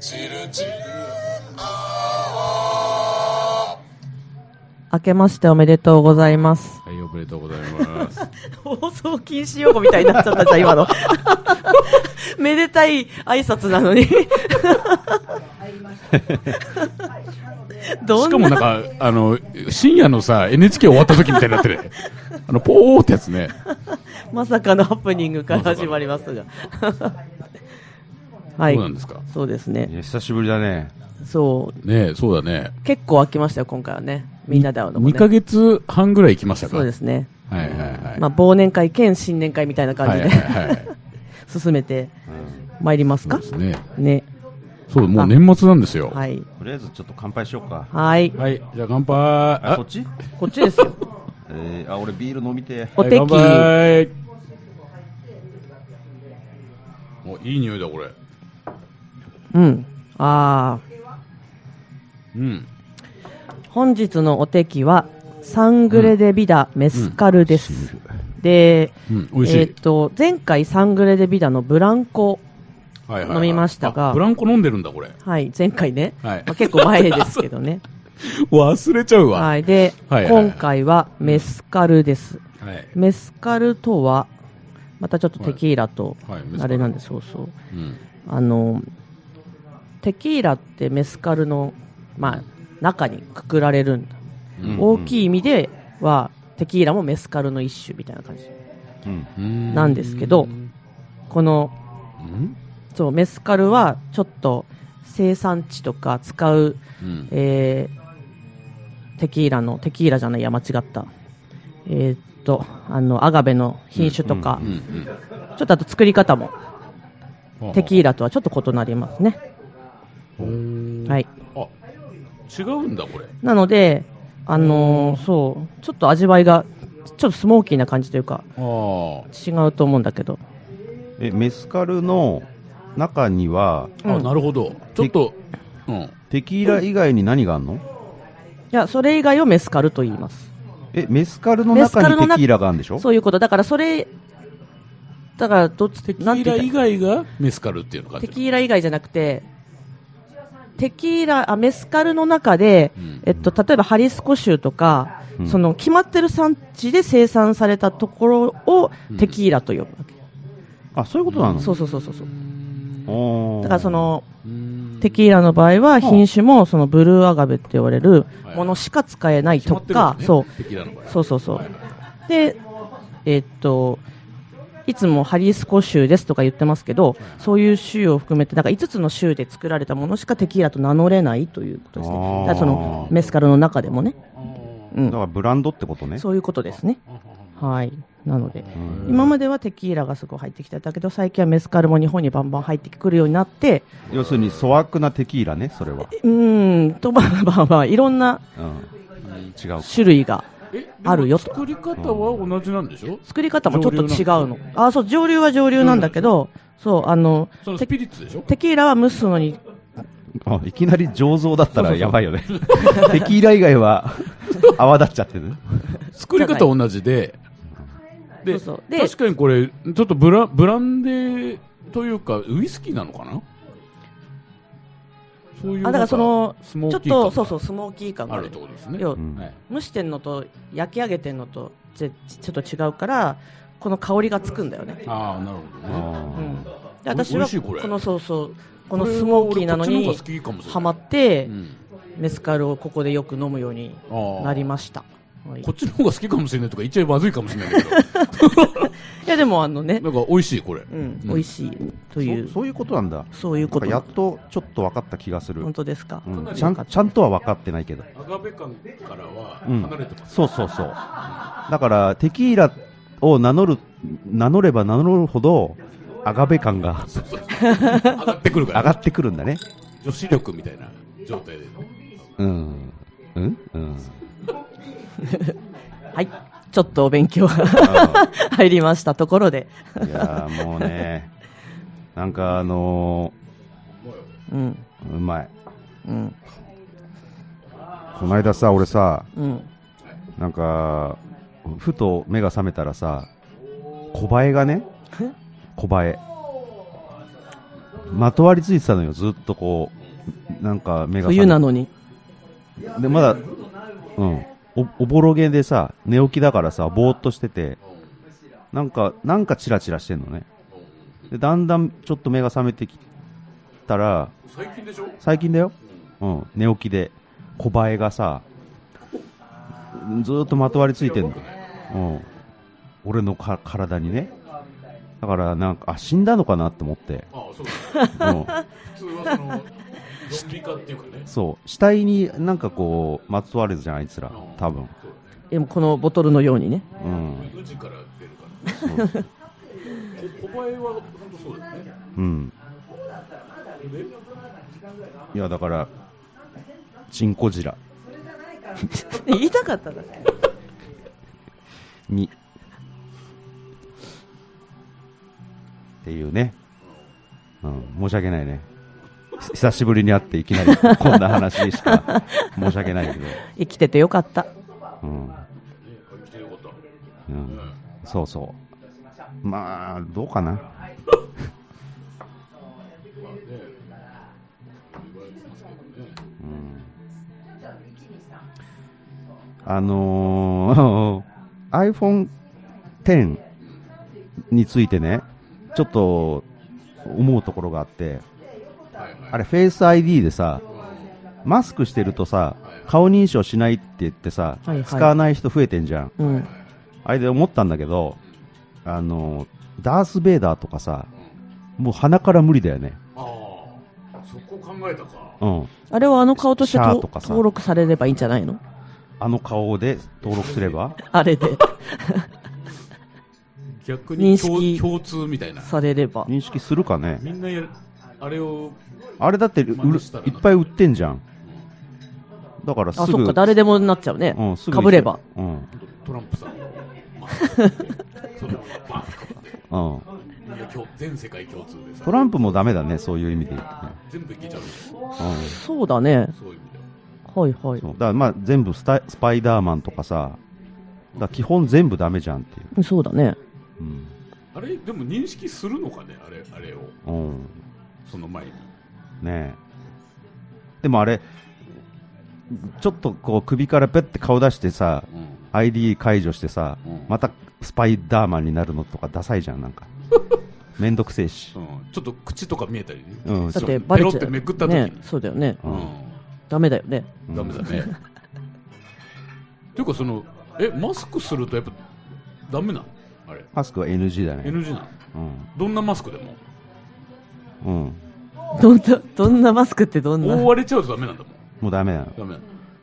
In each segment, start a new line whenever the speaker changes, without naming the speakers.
チルチル
明けましておめでとうございます。
はい、おめでとうございます。
放送禁止用語みたいになっちゃったじゃん、今の。 めでたい挨拶な のに。ど
しか
ん
も
な
なんか、あの、深夜のさ、NHK 終わった時みたいになってる、 あの、ポーってやつね。
まさかのハプニングから始まりますが。 はい。
そうなんですか。
そうですね。
久しぶりだね。
そ
ねえそうだね。
う。結構空きましたよ、今回はね。みんなで会うのも、ね。
2ヶ月半ぐらい行きましたか。
そうですね。
はいはいはい。
まあ、忘年会兼新年会みたいな感
は
じ
い
で、
はいはい。
進めてまいります
そう
か
ですね。
ね。
そう、もう年末なんですよ。は
はい。
とりあえずちょっと乾杯しようか。
はい
い。。じゃあ乾杯。
あ、
あ
そっち
こっちですよ。
えー、あ、俺ビール飲みてえ。
お手
はい
き。
乾杯。お、いい匂いだ、これ。
うん。ああ。
うん。
本日のお手きは、サングレデビダメスカルです。で、
うん、美味しい。
えっ、と、前回サングレデビダのブランコ、
はいはいはい
飲みましたが
あブランコ飲んでるんだ、これ。
はい、前回ね、
はい
まあ、結構前ですけどね。
忘れちゃうわ。
はい、で、
はいはいはい
今回はメスカルです。
はい。
メスカルとは、またちょっとテキーラと、
はいはいメスカル
あれなんで、そうそう。
うん。
あの、テキーラってメスカルの、まあ、中にくくられるんだ。大きい意味では、テキーラもメスカルの一種みたいな感じ。
うん。
な
なんですけどこの、
うん
そう、メスカルは、ちょっと、生産地とか使う、
うん
えーテキーラの、テキーラじゃない、いや、間違った。えーっと、あの、アガベの品種とか、
うん
ちょっとあと作り方も、
うん
テキーラとはちょっと異なりますね。はい。
あ違うんだこれ
なので、あのーそう、ちょっと味わいが、ちょっとスモーキーな感じというか、
あ
違うと思うんだけど。
え、メスカルの中には、
あなるほどちょっとうん
テキーラ以外に何があんの
いや、それ以外をメスカルと言います。
え、メスカルの中にテキーラがあるんでしょ
そういうこと。だから、それ、だから、どっち、
テキ
なんて
ー
言
ラ
った
以外がメスカルっていうのか
テキーラ以外じゃなくて、テキーラ、あ、メスカルの中で、
うん
えっと、例えばハリスコ州とか、
うん
その決まってる産地で生産されたところをテキーラと呼ぶわけ。
あ、そういうことなの
そうそうそうそうそう。
おー
だからそ、の、
うん
テキーラの場合は品種もそのブルーアガベって言われるものしか使えない
決
と
まってるわ
か、
けね
そう。
テキーラの場合
そうそうそう。で、えーっと、いつもハリスコ州ですとか言ってますけど、そういう州を含めて、なんか5つの州で作られたものしかテキーラと名乗れないということです
あ
ね。
ー
だからそのメスカルの中でもね。う
だか
ん。
らブランドってことね。
そういうことですね。はい。なので、
ん
今まではテキーラがすごい入ってきてたけど、最近はメスカルも日本にバンバン入ってくるようになって、
要するに粗悪なテキーラね、それは。
うーん、とばばば、いろんな
うん。違う。
種類が
えでも
あるよと
作り方は同じなんでしょ
作り方もちょっと違う
上流なん
の。あ、そう、上流は上流なんだけど、そう、あの、
そのス
テ
ピリッツでしょ
テキーラは蒸すのに、
あいきなり醸造だったらやばいよね。 テキーラ以 外は泡立っちゃってる。
作り方は同じでで
そうそうで
確かにこれちょっとブラブランデーというかウイスキーなのかなそういう
あだからその、
ス
ち
モ
ょ
ー
っ
キー感
と、そうそう、スモーキー感が
あ
あ
るっ
る
て。ことですね。
要
ん
はい
蒸してんのと焼き上げてんのとちちょっと違うから、この香りがつくんだよね。
ああ、なるほどね。
うん、で
おい
私
美
は
味しいこれ
このそうそうこの
これは
スモーキーなの
俺こ
に
っちの方が好きかもしれない
ハマって、
うん
メスカルをここでよく飲むように
あー
なりました。はい、い
こっちの方が好きかもしれないとか言っちゃまずいかもしれない けど、
やでもあのね、
なんか美味しい、これ。
うん、美味しいという、
そそういうことなんだ。
そういうこと
なんかやっとちょっと分かった気がする
本。当ですか、
うんちゃんちゃんとは分かってないけど。
アガベ感からは
うん
離れてま。す。
そうそうそう。だから、テキーラを名乗る、名乗れば名乗るほど、アガベ感 が
上がってくるか
上
ら、
がってくるんだね。
女子力みたいな状態で。
うん。うん うん。
はい、ちょっとお勉強が 入りましたところで、
いやーもうね、なんかあの
うん、
ー、うまい。
うん、
この間さ、俺さ、
うん、
なんか、ふと目が覚めたらさ、小映えがね、小映え。まとわりついてたのよ、ずっとこう、なんか目が覚め
冬なのに。
で、まだ、うん、おおぼろげでさ、寝起きだからさ、ぼーっとしてて、なんか、なんかチラチラしてんのね。で、だんだんちょっと目が覚めてきたら、
最近でしょ
最近だよ、うん、寝起きで、小映えがさ、ずーっとまとわりついてんの。うん、俺のか体にね。だから、なんか、あ、死んだのかなって思って。
ああ、そうだ。
うん
普通はその、ゾンビ化っていうかね。
そう、死体になんかこう、まつわるじゃん、あいつら、多分
でもこのボトルのように ね。
うん、
宇治から出るから。
そう
こ小林は本当そうだよね。
うん。
で
いや、だから、チンコジラ
言いたかっただけ。
に。っていうね。うん、申し訳ないね。ひ久しぶりに会っていきなりこんな話しか申し訳ないけど。
生きててよかった。
うん。
来てよかった。
うん、そうそう。まあ、どうかな。
まあね、言われてますけどね。
うんあのー、iPhone X についてね、ちょっと思うところがあって、
はいはい。
あれ、Face ID でさ、マスクしてるとさ、顔認証しないって言ってさ、
はいはい
使わない人増えてんじゃん。
うん。
あれで思ったんだけど、あのーダース・ベイダーとかさ、もう鼻から無理だよね。
ああ、そこ考えたか。
うん。
あれはあの顔として
シャ
と
ーとかさ
登録されればいいんじゃないの
あの顔で登録す れば
あれで
逆
に
に
共認識
共通みたいな。
されれば。
認識するかね
みんなやる、あれを、
あれだってう
真
る
似したら
いっぱい売ってんじゃん。だからす
あ、そっ
ぐ
か、、誰でもなっちゃうね。
うん、すぐ
かぶれば。。
うん。
トランプさんの、まあ、それをバーンって、
うん。
みんな共全世界共通でさ
ト、ランプもダメだね、そういう意味で言うとね。
全部いけちゃうし
そうだね。
そういう意味では。
はいは
うん。
い。
そうだからまあ全部スタスパイダーマンとかさ、だから基本全部ダメじゃんっていう。
そうだね。
うん。
あれ、でも認識するのかね、あれあれを、
うん。
その前に。
ねえ。でもあれ、ちょっとこう首からペッて顔出してさ、
うん。
ID 解除してさ、
うん
またスパイダーマンになるのとかダサいじゃん、 なんか。めんどくせえし。
ちょっと口とか見えたりね。
うん、
だ
そ
っ
う
てバレちゃう。
ペロってめくった時に
ね。そうだよね。
うん
ダメだよね。
うん。ダメだね。っていうか、その、え、マスクするとやっぱ、ダメなのあれ。
マスクは NG だね。
NG なの
うん。
どんなマスクでも。
うん。
どんな、どんなマスクってどんな。
覆われちゃうとダメなんだもん。
もうダメなの。
ダメなの。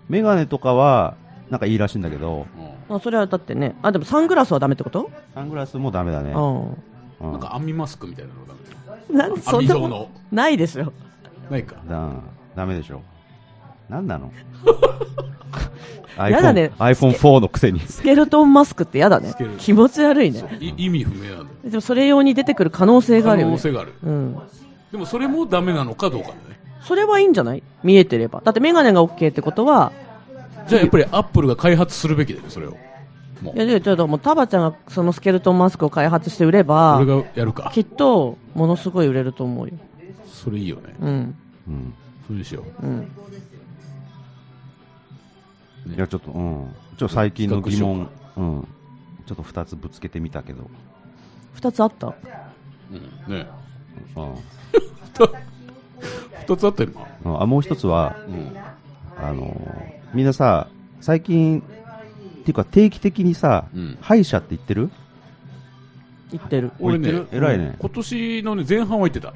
メガネとかは、なんかいいらしいんだけど、
う。
あ、それはだってね。あ、でもサングラスはダメってこと
サングラスもダメだね。
う
うんん
なんか網マスクみたいなのがダメ
ん。なん
網
な
状
もん
の。
ないでしょ。
ないか。
だダメでしょ。な んなの
やだね
iPhone- ?iPhone4 のくせに。
スケルトンマスクってやだね
スケルト。ン
気持ち悪いね。
い意味不明なんだよ。
でもそれ用に出てくる可能性があ
可
るよ
能
ね。
性がある。
うん。
でもそれもダメなのかどうかだね。
それはいいんじゃない見えてれば。だってメガネが OK ってことは、
じゃあやっぱりアップルが開発するべきだよね、それを。もう
い。や、で、ちょっともう、タバちゃんがそのスケルトンマスクを開発して売れば
俺、がやるか
き。っと、ものすごい売れると思うよ。
それいいよね。
うん。
うん。
それにしよう。
うん。
いや、ちょっと、うん。ちょっと最近の疑
比較
問、うん。ちょっと二つぶつけてみたけど。
二つあった
うん。ね
うん
二つあったよ、今。
うん。あ、もう一つは、
うん。
あのーみんなさ、最近、っていうか定期的にさ、
うん
歯医者って言ってる
言ってる。
俺ね
言ってる偉いね
今年のね、前半は行ってた。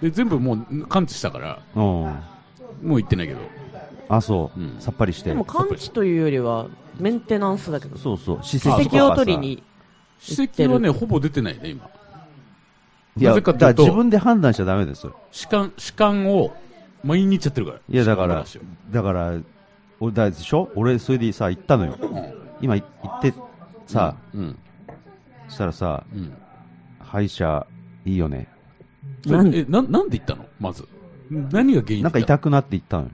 で、全部もう完治したから、
うん。
もう行ってないけど。
あ、そう。
うん
さっぱりして
で。も、完治というよりは、メンテナンスだけど、
そうそう。歯石
歯
歯
石
石を取りに、
歯石はね、ほぼ出てないね、今。
いや、
なぜかってい
だから
うと
自分で判断しちゃダメですよ。
歯間、歯間を毎日やってるから。
いや、だか
歯間
ら
ブラシを、
だから、俺、だでしょ俺、それでさ、行ったのよ。今、い行って、さ、
うん。
したらさ、
うん。
歯医者、いいよね。
それ
なん
え、な、なんで行ったのまず。何が原因
なんか
だ
痛くなって行 ったのよ。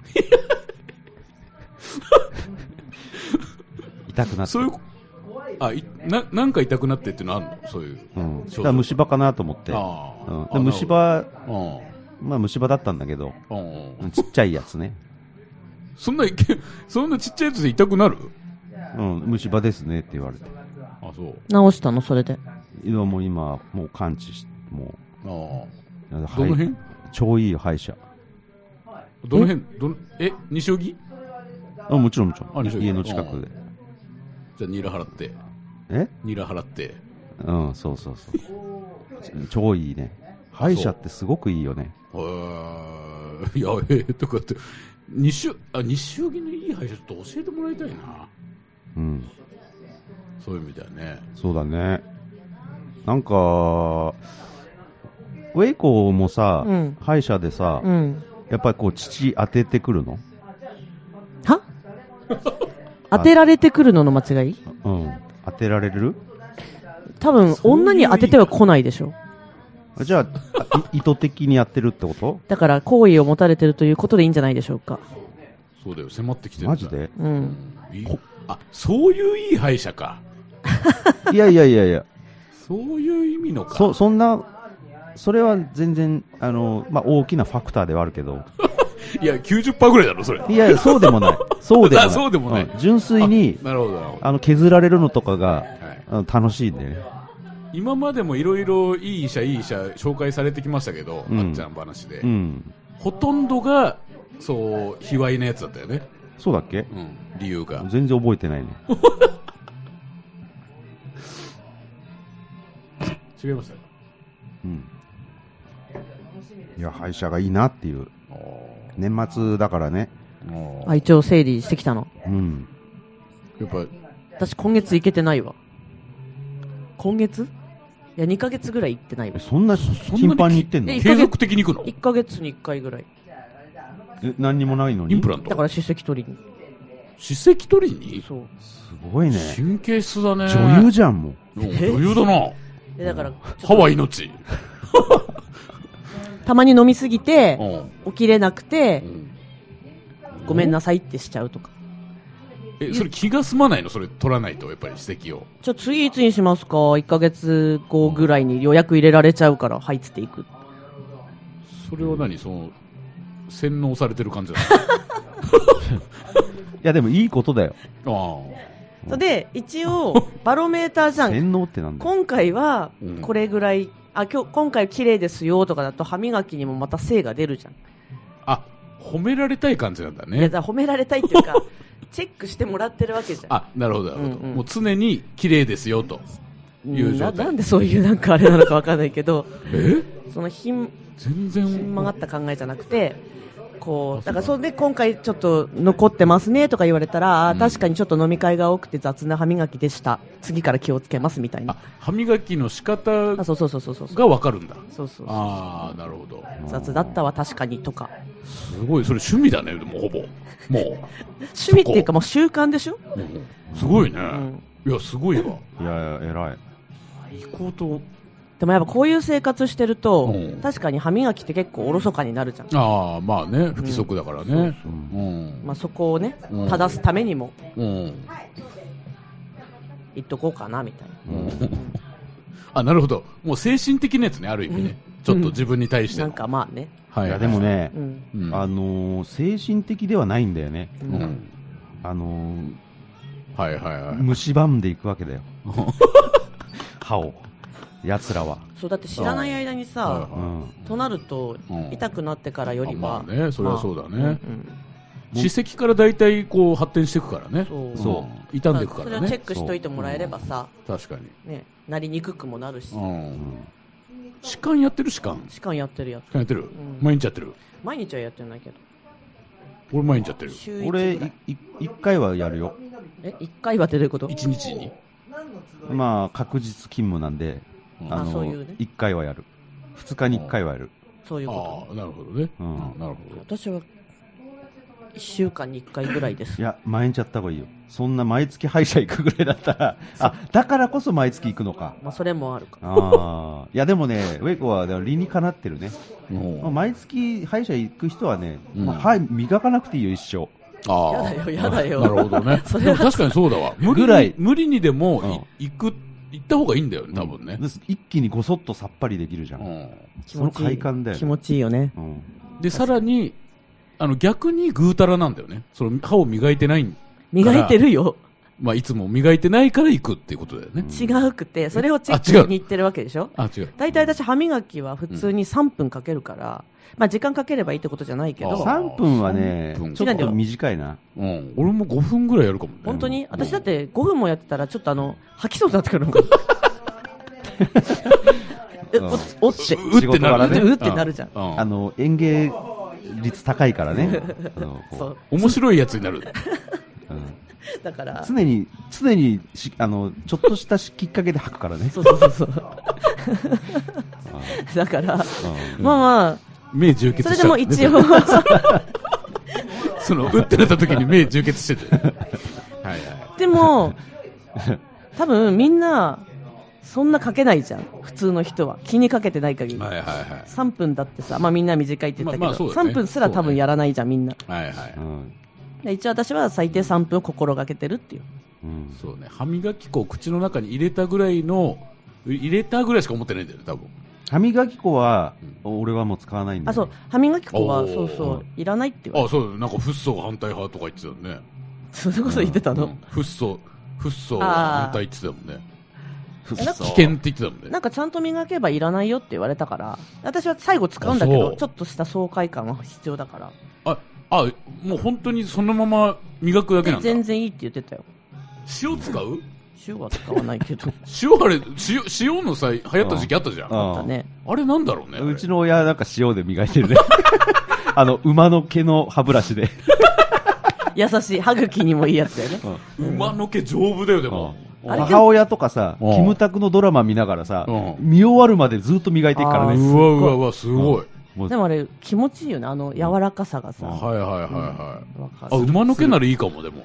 痛くなって
そうい。う、あ、いな、なんか痛くなってっていうのあるのそういう。
うん。だ
症
から
状
虫歯かなと思って。
あ
うん、
あ
で虫歯、
うん
まあ虫歯だったんだけど、
うん
うんちっちゃいやつ ね。
そんな、 いけそんなちっちゃいやつで痛くなる
うん、虫歯ですねって言われて。
あ、そう。
直したのそれで
いやもう今、もう完治し、も
ああ。ど
う、はい
の辺、
超いい歯医者。
どの辺どのえ、西荻
あもちろんもちろ
あ
ん。
西荻
家の近くで。
じゃあ、ニラ払って。
え
ニラ払って。
うん、そうそうそう。超いいね。歯医者ってすごくいいよね。
へーいやえーとかって、西尾あ西荻のいい歯医者ちょっと教えてもらいたいな。
うん、
そういう意味だよね。
そうだね。なんか、ウェイコーもさ、
うん
歯医者でさ、
うん
やっぱりこう、父当ててくるの
は当てられてくるのの間違い
うん。当てられる
多分
そういう
女に当てては来ないでしょ
じゃあ、あい意 図的にやってるってこと
だから好意を持たれてるということでいいんじゃないでしょうか
そうだよ、迫ってきてるんだ
マジで
うん
いいあ、そういういい歯医者か。
いやいやいやいや、
そういう意味のか。
そ、そんな、それは全然、あの、まあ、大きなファクターではあるけど、
いや、90%ぐらいだろ、それ。
いやいや、そうで もない。そうでもない。
そうでもない
ん純粋に、
なるほど、なるほど。
あの、削られるのとかが、
はい
あの楽しいんでね。
今までもいろいろいい医者、いい医者紹介されてきましたけど、
うん
あっちゃん話で、
うん。
ほとんどが、そう、卑猥なやつだったよね。
そうだっけ
うん、理由が。
全然覚えてないね。
違いました
うん。いや、歯医者がいいなっていう。年末だからね。
あ一応整理してきたの
うん。
やっぱ、
私今月行けてないわ今月いや2ヶ月ぐらい行ってないわ
えそんな、
に
頻繁に行ってんの
え
継続的に行くの
1ヶ月に1回ぐらい
え何にもないのに。
インプラ
だ
ン
から
ト
歯石取りに
歯石取りに
そう
すごいね。
神経質だね。
女優じゃん、もう。
うん女優だな。
でだから
歯は命。
たまに飲みすぎて
うん
起きれなくて
うん
ごめんなさいってしちゃうとか
え、それ気が済まないのそれ取らないと、やっぱり歯石を。
じゃあ次いつにしますか1ヶ月後ぐらいに予約入れられちゃうからはいっつっていく
それは何その、洗脳されてる感じだ
いや、でもいいことだよ。
ああ。
それで一 応バロメーターじゃん
洗脳ってなんだよ
今回は
うん
これぐらい、あ今日今回綺麗ですよとかだと歯磨きにもまた精が出るじゃん、
あ、褒められたい感じなんだ
いや
ね。
だから褒められたいって いうかチェックしてもらってるわけじゃん
あ、なるほど、なるほど。
うんうん
もう常に綺麗ですよ、と。
うん
いう状
な
態
なんでそういうなんかあれなのかわかんないけど
え
そのひん
全
ひ
然。
ん曲がった考えじゃなくてこうだからそれで今回ちょっと残ってますねとか言われたら、あー確かにちょっと飲み会が多くて雑な歯磨きでした次から気をつけますみたい
あ
な、
歯磨きの仕方
あそうそうそうそうそうそう
がわかるんだ。
そうそう
ああ、なるほど。
雑だったわ確かにとか
すごい、それ趣味だね、でもほぼ。も
趣味っていうかもう習慣でしょ、
う。すごいね。
ん
いや、すごいわ。
いやいや、偉い。
行こうと。
でもやっぱこういう生活してると、
うん
確かに歯磨きって結構おろそかになるじゃん、
ああ、まあね、不規則だからね。
う
うんん。
まあ、そこをね、
うん
正すためにも
うん。
言っとこうかなみたいな
うんあ、なるほど。もう精神的なやつね、ある意味ね。ちょっと自分に対して
な
の。
んかまあね、
はいい
や、でも。ね
う、ん
うん
あのー精神的ではないんだよね。
うん
うん。
あのー
はいはいはい。
蝕んでいくわけ だよ。歯を。奴らは。
そうだって知らない間にさ、
う
はいはい
ん。
となると
うん
痛くなってからよりは、
あまあねそれはそうだね
うん
歯石から大体こう発展していくからね。
うんそう
そ
うん。傷んでいくか
それ
ら
をチェッ
ね。
クしといてもらえればさ、
確かに。
ね、なりにくくもなるし、
う。
うんん
歯間やってる歯間。
しかもやってるやつ
歯間やってる
ん
毎日やってる
毎日はやってないけど
俺毎日やってる。
週1
俺、
ぐ
い
らい
い一回はやるよ。
え一回はってどういうこと
一日に。
まあ、確実勤務なんで、
うん
あ
あそう
の
いうね、
一回はやる。二日に一回はやる。
そういう
あ
こ
あ、なるほどね。う
うん
ん、なるほ
と
ど。
私は1週間に1回ぐらいです
いや、毎日やった方がいいよ。そんな毎月歯医者行くぐらいだったら、あ、だからこそ毎月行くのか。
まあ、それもあるか
ああ。いや、でもね、ウェイコはでも理にかなってるね。まあ、
うん
毎月歯医者行く人はね、
うん
まあ歯磨かなくていいよ、一
あ
や
あ
だ。よやだよ
なるほどね。
そ
で
れ
も確かにそうだわ。無理
ぐらい
に、無理にでもい行く行った方がいいんだよね、多分ね
うん。で一気にごそっとさっぱりできるじゃん。
う
気
その
持ちいい
快感だよ、ね。
気持ちいいよね。
うん。
ん。で、さらに、あの、逆にぐうたらなんだよね。その、歯を磨いてない、
磨いてるよ。
まあ、いつも磨いてないから行くっていうことだよね。
違うくて、それをチェック
あ違う
しに行ってるわけでしょ
あ、違う。
大体私歯磨きは普通に3分かけるから、まあ時間かければいいってことじゃないけ
あ
ど、
3分はね
三分、
ちょっと短いな。
うん。俺も5分ぐらいやるかもね。
本当に
うん
私だっ、て5分もやってたらちょっとあの吐きそうになってくるのえ
うん
おおっ
う
て
うってなる、ね。
仕事柄ねうってなるじゃん
ううん
あの、園芸率高いからね。あのこう
そう
面白いやつになる。
うん
だから
常に、常にし、あの、ちょっとしたしきっかけで吐くからね。
そうそうそうそう
あ
だからま
あ
あまあ
目充血し
そ
ちゃう
れでも一応
その、うってなった時に目充血してて。 はいは
でも多分みんなそんなかけないじゃん普通の人は気にかけてない限
い。
り、
はいはいはい。
3分だってさ、まあ、みんな短いって言ったけど、
まあまあそうだね
3分すら多分やらないじゃんみんな
はいはい。
うん
で一応私は最低3分を心がけてるっていう
うん
そうね。歯磨き粉を口の中に入れたぐらいの、入れたぐらいしか思ってないんだよね、多分。
歯磨き粉は、俺はもう使わないんだ
あそ
よ
う歯磨き粉は
おー
そうそういらないって言われ
あ、そうだよ。なんか、フッ素が反対派とか言ってたよね。
たそれこそ言ってた
う
の、
んフッ素、フッ素反対って言ってたもんね。
フ
え
ッ
なん
素
か
危険って言ってたもんね。
なんかちゃんと磨けばいらないよって言われたから私は最後使うんだけ
あそ
ど
う
ちょっとした爽快感は必要だから
あ、あ、もう本当にそのまま磨くだけ
で
なんだ。
全然いいって言ってたよ
塩使う
塩は使わないけど
塩あれ、塩、塩の際、流行った時期あったじゃん。あ
あ
だね
れなんだろうね。
あ
あれ
うちの親なんか塩で磨いてるね。 あの、馬の毛の歯ブラシで。
優しい歯茎にもいいやつだよね
馬の毛丈夫だよ、でも。
あれ
母親とかさ、
うん
キムタクのドラマ見ながらさ
うん、
見終わるまでずっと磨いてるから
あ
ね。
ー
うわうわうわ、すごい。
もう
でもあれ気持ちいいよねあの柔らかさがさ、
はいはいはいはい。
わか
あ、
る
馬の毛ならいいかも、でも。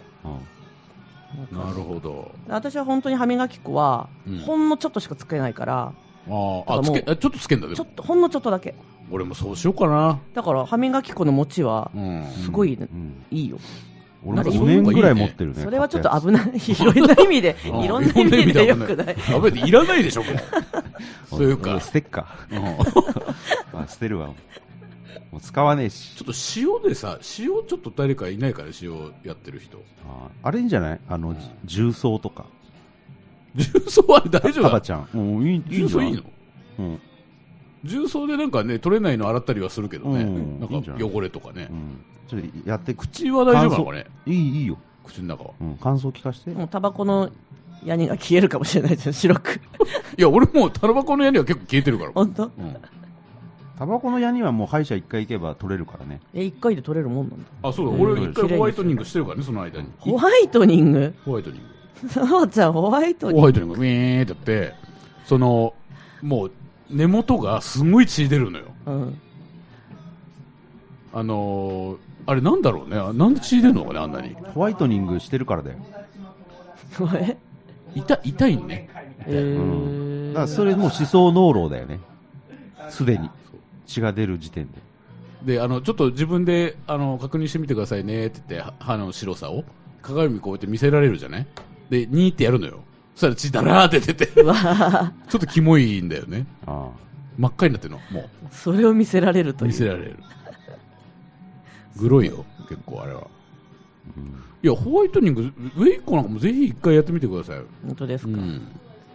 う
なるほど。
私は本当に歯磨き粉は
うん
ほんのちょっとしかつけないから、
あ
だから
ーあ、
も
つ
う
け、あちょっとつけんだ、で
ちょ
も
っ。とほんのちょっとだけ
俺もそうしようかな。
だから歯磨き粉の持ちは
うん。
すごいね、
ん
いいよ
俺
な
な
か
んんか
そう
5
いう
年
のがいいね
ぐらい持ってるね。
それはちょっと危ない いろんな意味でい
うん
ろんな意味でよくない
やべえ、いらないでし ょ、これ。そういうか
ん。捨てっか。
うん
あ捨てるわ。もう使わねえし。
ちょっと塩でさ、塩ちょっと誰かいないから、塩やってる人。
ああれいいんじゃないあの、じ重曹とか。
重曹は大丈夫
タバ
だ。
ちゃん。もういい、い
重
いんじゃ
曹
ない
いの
うん。
重曹でなんかね、取れないの洗ったりはするけどね。
うん
なん
いいんじゃ
か
ない
汚れとかね
う。ん。ちょっとやってく。
口は大丈夫なのかね
いい、いいよ。
口の中は。
うん。感想聞かして。
もうタバコのヤニが消えるかもしれないですよ白く
いや、俺もう、タバコの屋根は結構消えてるから。
本当
うん。
タバコの矢にはもう歯医者一回行けば取れるからね。
え一回で取れるもんなんだ
あ、そう
う
だ。
ん
俺一回ホワイトニングしてるからね、その間に。
ホワイトニング
ホワイトニング。
そうちゃんホワイトニン
ホ
グ
ワイトニングがウィーンってやって、その、もう、根元がすごい血出るのよ。
うん、
あのー、あれなんだろうね。あなんで血出るのかね、あんなに。
ホワイトニングしてるからだよ。
え
痛、痛いね。
え
うん。
ー
だからそれもう思想脳漏だよね。すでに。血が出る時点で。
で、あの、ちょっと自分で、あの、確認してみてくださいねって言って、は歯の白さを、鏡にこうやって見せられるじゃないで、ニーってやるのよ。そしたら血だらーって出てて、ちょ
うわー
っとキモいんだよね。
あ
真っ赤になってるの、も
それを見せられる
う。
とい
見
う
せられる。グロいよ、結構あれは。
あ。うん
いや、ホワイトニング、ウェイコなんかもぜひ一回やってみてください。
本当です
う
か、
ん。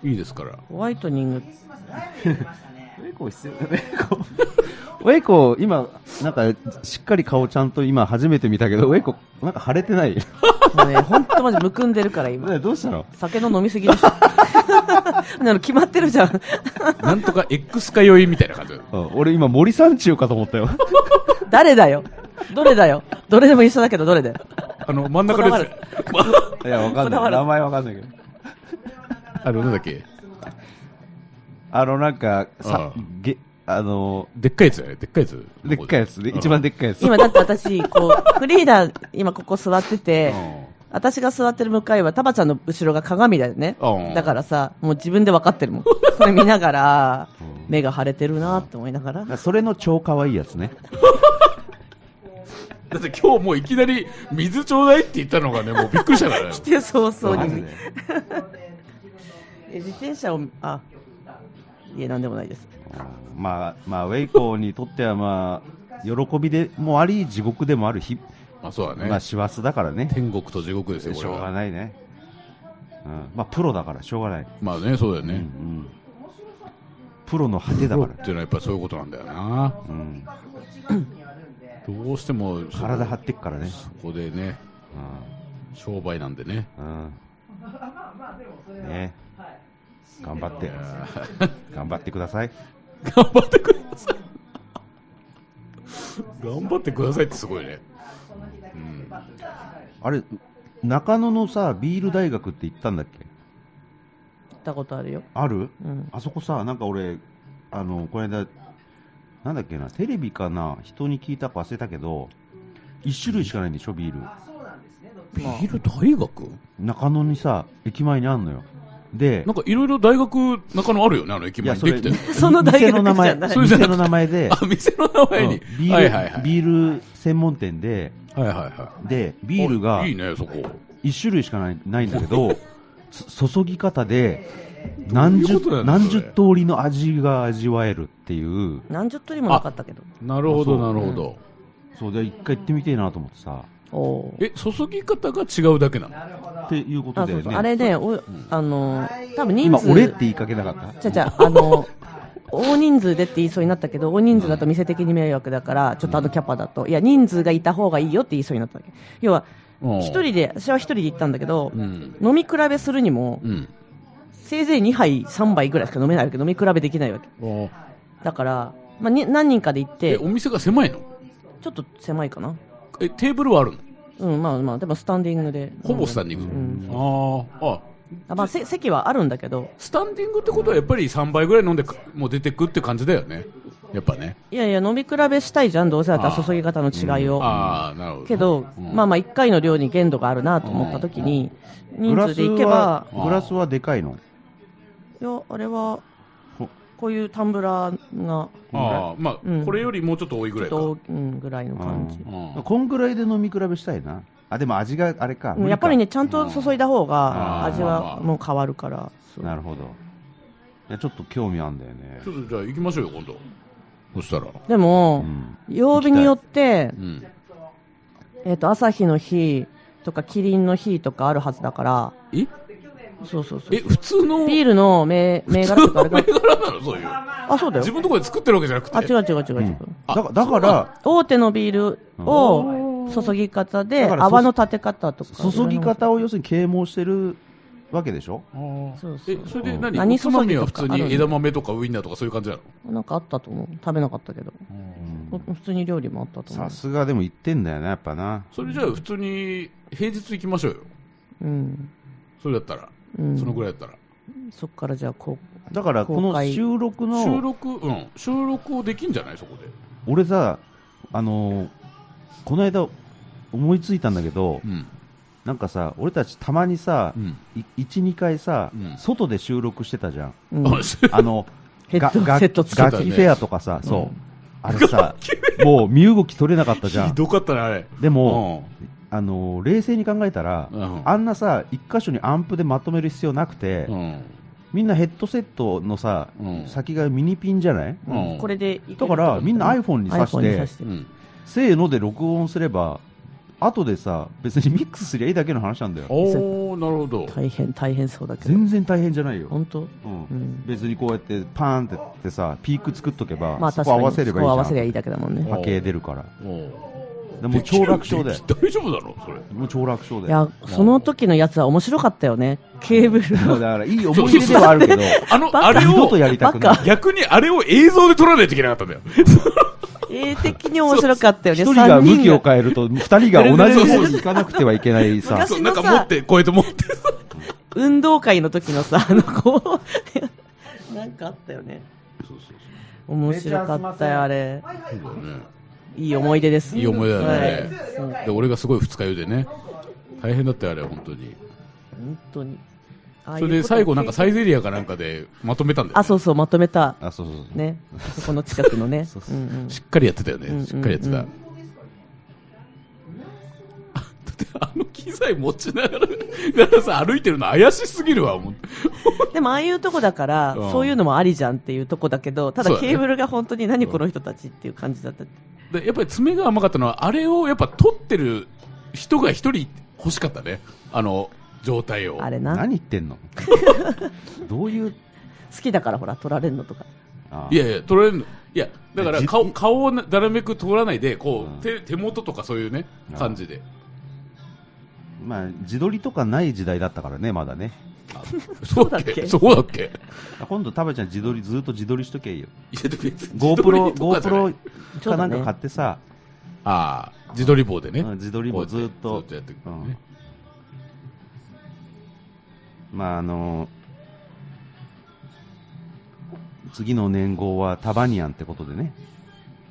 いいですから。
ホワイトニング
ウェイコー必要だ ね。ウェイコー、今、なんか、しっかり顔ちゃんと今初めて見たけど、ウェイコー、なんか腫れてない。
もうね本当マジむくんでるから今
ねどうしたの
酒の飲みすぎでしょ あの決まってるじゃん
なんとか X 化酔いみたいな感じ。
うん俺今森三中かと思ったよ。
誰だよどれだよどれでも一緒だけどどれだよ
あの、真ん中のやつ。ま
いや、わかん
こだ
な
わらず
い。名前わかんないけど。
あの、なんだっけ
あの、なんか、さ
う、
げ、あの、
でっかいやつだよね。でっかいやつ。
でっかいやつで、一番でっかいやつ。
今だって私こうフリーダー今ここ座って
う
て
ん。
私が座ってる向かいはタバちゃんの後ろが鏡だよね
うん
だからさもう自分で分かってるも んそれ見ながら
うん
目が腫れてるなって思いながら
それの超可愛いやつね。
だって今日もういきなり 水ちょうだいって言ったのがね、もうびっくりしたからね。
来て早々
マジ
に
で
え自転車をあいえなんでもないです
まあ、まあ、ウェイコーにとっては、まあ、喜びでもあり、地獄でもある日、
まあそうだね。
まあ、師走だからね。
天国と地獄ですよ、こ
し
れ
ょうが
は。
ないね。うん、まあ、プロだから、しょうがない。
まあね、そうだよ
うんう
ね。
ん、プロの果てだ
プロ
か
っ
ら。
ていうのはやっぱりそういうことなんだよな。
うん、
どうしても、そこ
体張ってっからね。
そこでね、商売なんでね。
うん、うん。ね頑張って、頑張ってください。
頑張ってください。頑張ってくださいってすごいね。うん。
あれ、中野のさ、ビール大学って行ったんだっけ
行ったことあるよ
ある
うん
あそこさ、なんか俺、あの、この間、なんだっけな、テレビかな、人に聞いたか忘れたけど、一種類しかないんでしょ、ビール。
ビール大学
中野にさ、駅前にあんのよ。で
な、んかいろいろ大学、中野あるよね、あの駅前にできたよね。
その大学
店の名
じ
前、
ゃない
それじゃな
店
くて
の名前で、
あ、店の名前に。
うんビール、
はいはいはい。
ビール専門店で、
はいはいは
で、
い。
ビールが
あいいね、そこ。
一種類しかないないんだけど、つ注ぎ方で、
ど
何
うい
十
うことなんだ
何
そ
十
れ
通りの味が味わえるっていう、
何十通りもなかったけど
なるほど、
あ
な
そう
るほど。
そうで一回行ってみてえなと思ってさ、
おー
え、注ぎ方が違うだけなの
っていうこと
あ
で
そう
ね
そう。あれねおあの多分人
今、
数
俺って言いかけなかった
じゃじゃあの大人数でって言いそうになったけど大人数だと店的に迷惑だからちょっとあのキャパだといや人数がいた方がいいよって言いそうになったわけ要は
うん
一人で私は一人で行ったんだけど、
うん。
飲み比べするにも、
うん。
せいぜい2杯3杯ぐらいしか飲めないわけ飲み比べできないわけだから、まあ、に何人かで行っ
え、
て
お店が狭いの
ちょっと狭いかな
え、テーブルはあるの
うんまあまあでもスタンディングで
ほぼスタンディング。ああ。あ、
あ、まあ、せ席はあるんだけど
スタンディングってことはやっぱり3杯ぐらい飲んでく、もう出てくって感じだよね。やっぱね。
いやいや飲み比べしたいじゃんどうせだったら注ぎ方の違いを、
ああ、なるほど。
けど、
うん
まあまあ1回の量に限度があるなと思った時に、
グ
人
ラ
数
ス
でいけば
は、グラスはでかいの
いや、あれは
ほ、
こういうタンブラーが、
ああ、ま
う
あ、
ん
これよりもうちょっと多いぐらいか。
どう、うん、ぐらいの感じ。
うん
こんぐらいで飲み比べしたいな。あ、でも味があれか。
うんやっぱりね、ちゃんと注いだ方
あ
が、
ー
味はもう変わるから。そう
なるほど。いや、ちょっと興味あんだよね
ち。ょっとじゃあ行きましょうよ、今度。そしたら。
で
う
も、
ん。
曜日によって
う、ん。
えっと、朝日の日とか、キリンの日とかあるはずだから、
え
そうそうそう。
え、普通の、
ビールの銘銘柄
普
とかあれ
通の銘
が、
柄なのそういう。
あ、そうだ
自
よ。
分のところで作ってるわけじゃなくて。
あ、違う違う違う違う。
だから、だから
大手のビールを注ぎ方で
だからそ
泡の立て方とか
注ぎ方を要するに啓蒙してるわけでしょ
そうそう
え、それで何
何
おつまみは
注
普
ぎとか
通
ある
に
の
枝豆とかウインナーとかそういう感じなの
なんかあったと思う食べなかったけど、
うん
普通に料理もあったと思
さ
う
すがでも言ってんだよな、やっぱな。
それじゃあ普通に平日行きましょうよ。
うん、
それだったら。
うん、
そのぐらいだったら。
そっからじゃあこ
だから、こ
公
の
開
収録
収
の、
録、うん。収録をできんじゃないそこで。
俺さ、あのー、この間思いついたんだけど、
うん。
なんかさ、俺たちたまにさ
う、ん。
い1、2回さ
うん、
外で収録してたじゃん。
う、うん、
あ、し
あの、
ヘッド
が
セットつけ
楽
た
器
ね
フェアとかさ、
う。
そうんあれさ、もう身動き取れなかったじゃ
ひ
ん。
どかったね、あれ。
でも、
う
あのー、冷静に考えたら、
ん。
あんなさ、一箇所にアンプでまとめる必要なくて
う、ん。
みんなヘッドセットのさ
うん、
先がミニピンじゃない
うん
これでいける
だから、みんな iPhone に挿
iPhone に挿し
して、
て、
うん。
せーので録音すれば、後でさ、別にミックスすりゃいいだけの話なんだよ。
おー、なるほど。
大変大変そうだけど
全然大変じゃないよ。
本当
うん
うん
別にこうやってパーンってってさ、ピーク作っとけば、
まあ
そ
確
こ
かに
合わせれ
そ
ばいいじ
こ合
ゃ
わせりゃ
ん。
いいだけだもんね
波形出るから。
お
でもう超楽勝だ
で
よ。
大丈夫だろそれ。
もう超楽勝
い
だよ。
やその時のやつは面白かったよねケーブル
だから、いい思い出ではある けど、
あの、あれ
二度
を
と、やりたくない。
逆にあれを映像で撮らないといけなかったんだよ。
絵的に面白かったよね
一人が
三人
向きを変えると、二人が同じ方に行かなくてはいけないさ
昔。
そう、
私の
なん
さ
か持って、こうやって持ってさ。
運動会の時の さ、あの、こう、なんかあったよね。
そうそうそ
面白かったよ、あれ。
う。ね
いい思い出です。
いい思い出だね
はい
で俺がすごい二日酔いでね大変だったよあれは本当に
本当に。ああいう
そ
こと
れで最後なんかサイゼリアかなんかでまとめたんだよ、
あ、そうそう、まとめた。
あ、そうそうそう。
ね。そこの近くの ね。
そう
うんうん
しっかりやってたよね、
うんうんうん
しっかりやってた、
うん
あの機材持ちながら、 奈良さん歩いてるの怪しすぎるわ、思って。
でもああいうとこだから、
うん
そういうのもありじゃんっていうとこだけどた
そ
だ
うだね
ケーブルが本当に何この人たちっていう感じだった
でやっぱり爪が甘かったのは、あれをやっぱ取ってる人が一人欲しかったね。あの、状態を。
あれな
何言って んのどういう、
好きだからほら取られるのとか
あ
いやいや、取られるの。いや、だから
じ
顔、顔をななるべく取らないで、こう、
うん
手、手元とかそういうね、
うん
感じで。
まあ、自撮りとかない時代だったからね、まだね。
そう
うだ
だっ
っ
け
け
そうだっけ
あ今度、タバちゃん自撮り、ずっと自撮りしとけよ。
いや、別に自撮り
GoPro、
とかじゃない
GoPro かなんか買ってさ、
ああ、自撮り棒でね。
うん自撮りもずっと。
ずっとやってくるね。
まあ、あの、次の年号はタバニアンってことでね。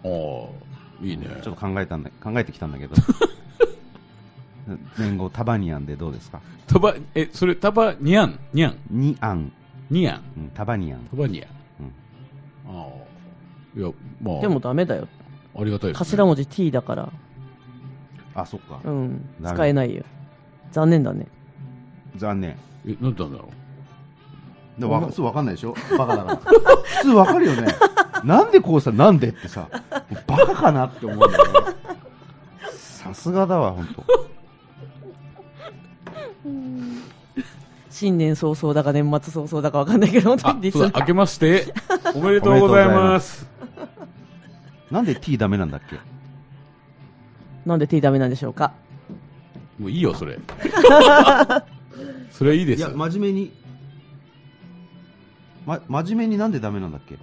おーいいね。
ちょっと考えたんだ、考えてきたん だけど。年号タバニアンでどうですか
タバ、え、それ、タバ、ニャン、ニャン、
ニアン、
ニャン、
うん、タバニアン。
タバニャン。
うん
ああ。いや、まあ、
でもダメだよ
ありがたいです、ね。
頭文字 T だから
あ、そっか
う。ん
ダメ
使えないよ残念だね
残念。
え、なんでなんだ ろ
でもわか普通わかんないでしょバカだから。普通わかるよね。なんでこうさ、なんでってさ、もうバカかなって思うんだよね。
さすがだわ、本当。
新年早々だか年末早々だかわかんないけど本
う。
当
あ
に、リス
そう
ナ
だ、明
ー
けまして、 おめでとうございます。
なんで T ダメなんだっけ
なんで T ダメなんでしょうか
もういいよ、そ れ。それはいいで
い
す
や、
よ。
真面目に。ま、真面目になんでダメなんだっけ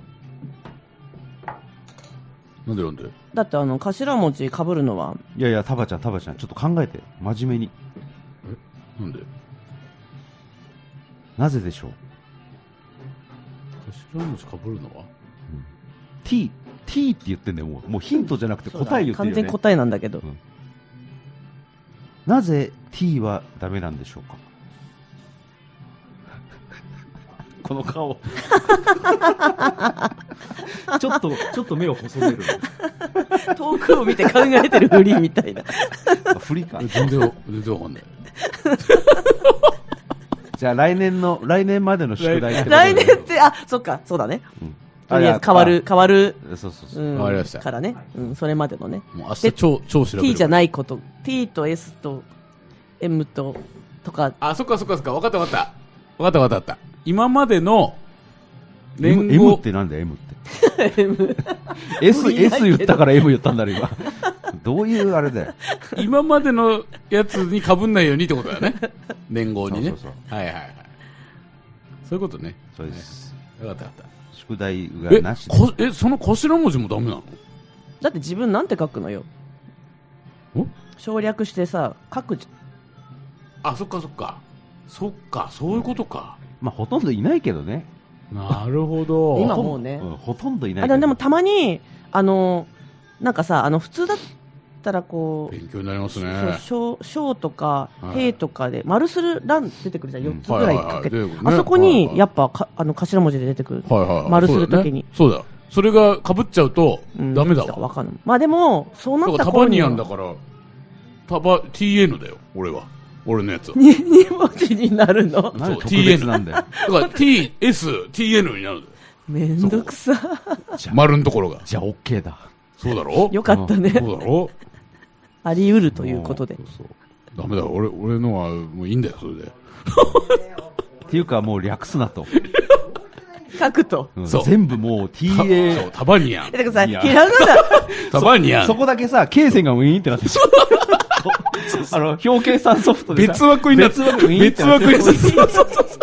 なんでなんで
だってあの頭文字かぶるのはい
やいや、タバちゃん、タバちゃん、ちょっと考えて。真面目に。
なんで
なぜでしょう
頭文字かぶるのは
?T、T って言ってんだよ、もう。もうヒントじゃなくて
そうだ
答え言ってる
完
よ、
全
ね。
に答えなんだけど
なぜ T はダメなんでしょうか この顔。 ちょっと、ちょっと目を細める。
遠くを見て考えてるふりみたいな
フリか
え。全然、全然わかんない。
じゃあ来年の、来年までの宿題ってこと で
来年ってあそっかそうだね
うん
とりあえず変わる。変わる
あいやあそうそうそうう。
ん
わかりました
からね、うん、それまでのね
もう明日超、超調べる。
T じゃ
い。
ないこと T と S と M ととか
あ、そっかそっかそっか。わかったわかった。わかったわかったわかった。今までの、
M,
年
M
号
ってなんだよ M って。
M
S、
無 理ないけど
S 言ったから M 言ったんだ ろ、今。どういうあれだよ。
今までのやつに被んないようにってことだね。年号にね。
そうそう
はいはいはい。そういうことね。
そうです。
よかったよかっ
宿題
た。え
がなしで。
こ、え、その頭文字もダメなの
だって自分なんて書くのよ
お
省略してさ書くじ
あ、そっかそっか。そっか、そういうことか。
まあ、ほとんどいないけどね。
なるほど。
今もうね
んほとんどい
ゃ
なんい
あ
けど。
でもたまにあのなんかさあの普通だったらこう
勉強になりますね。
そう小小とか
はい
兵とかで丸する欄出てくるじゃん
うん
4つぐらい
はは
か
は
けて
出てくるね
あそこ
は
に
い
やっぱかあの頭文字で出てくる
はいはいはい
丸するときに
そうだよ。そうだよそれが被っちゃうと、
うん
ダメだ
いつか
わ。
わかんないまあでもそうな
だ
っ
から
た
タバ
頃
ニ
に
ア
は
ンだから、タバ、TN だよ、俺は。俺のや つは。
に2文字になる の
なんで特
そう
別なんだよ。
だから T、S、TN になるんだよ。
めんどくさ
丸のところが。
じゃあ、OK だ。
そうだろ
よかったね
そうだろ
あり得るということで
もうそうそうダメだ、俺、俺のはもういいんだよ、それで。
っていうか、もう略すなと。
書くと
うん
そう
全部もう
た
TA
そう、。タバニアン
え。だからさ
いや
ひらがな
タバニア
そ
ン。
こだけさ、K 線がウィーンってなってしまう。あの、表計算ソフトでさ
別枠になって
別枠ウィーンっ
別
てなって
枠になってそうそうそ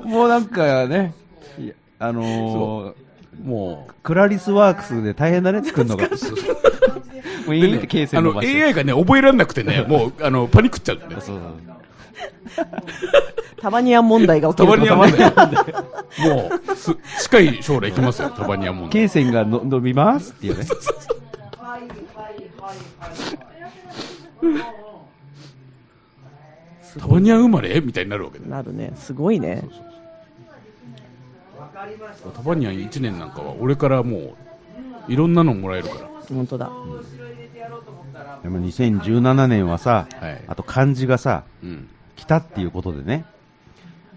う
もうなんかね、いやあのー、
もう。
クラリスワークスで大変だね、作るのが。ウィーンっ
で
て経
ね、あ
線伸
の
ばして。
AI がね、覚えられなくて ね、もう、あの、パニックっちゃうんだよね。
そうそう
タバニアン問題が起き
タ
る
バニア
こ
問題。 もう、す近い将来来ますよ、タバニア問題。
経線がの伸びますっていうね。
タバニア生まれみたいになるわけだ
と
よ。
なるねすごいね
タバニアン1年なんかは、俺からもう、いろんなのもらえるから。
本当だ
でも2017年はさ、
はい
あと漢字がさ、
うん。
北っていうことでね、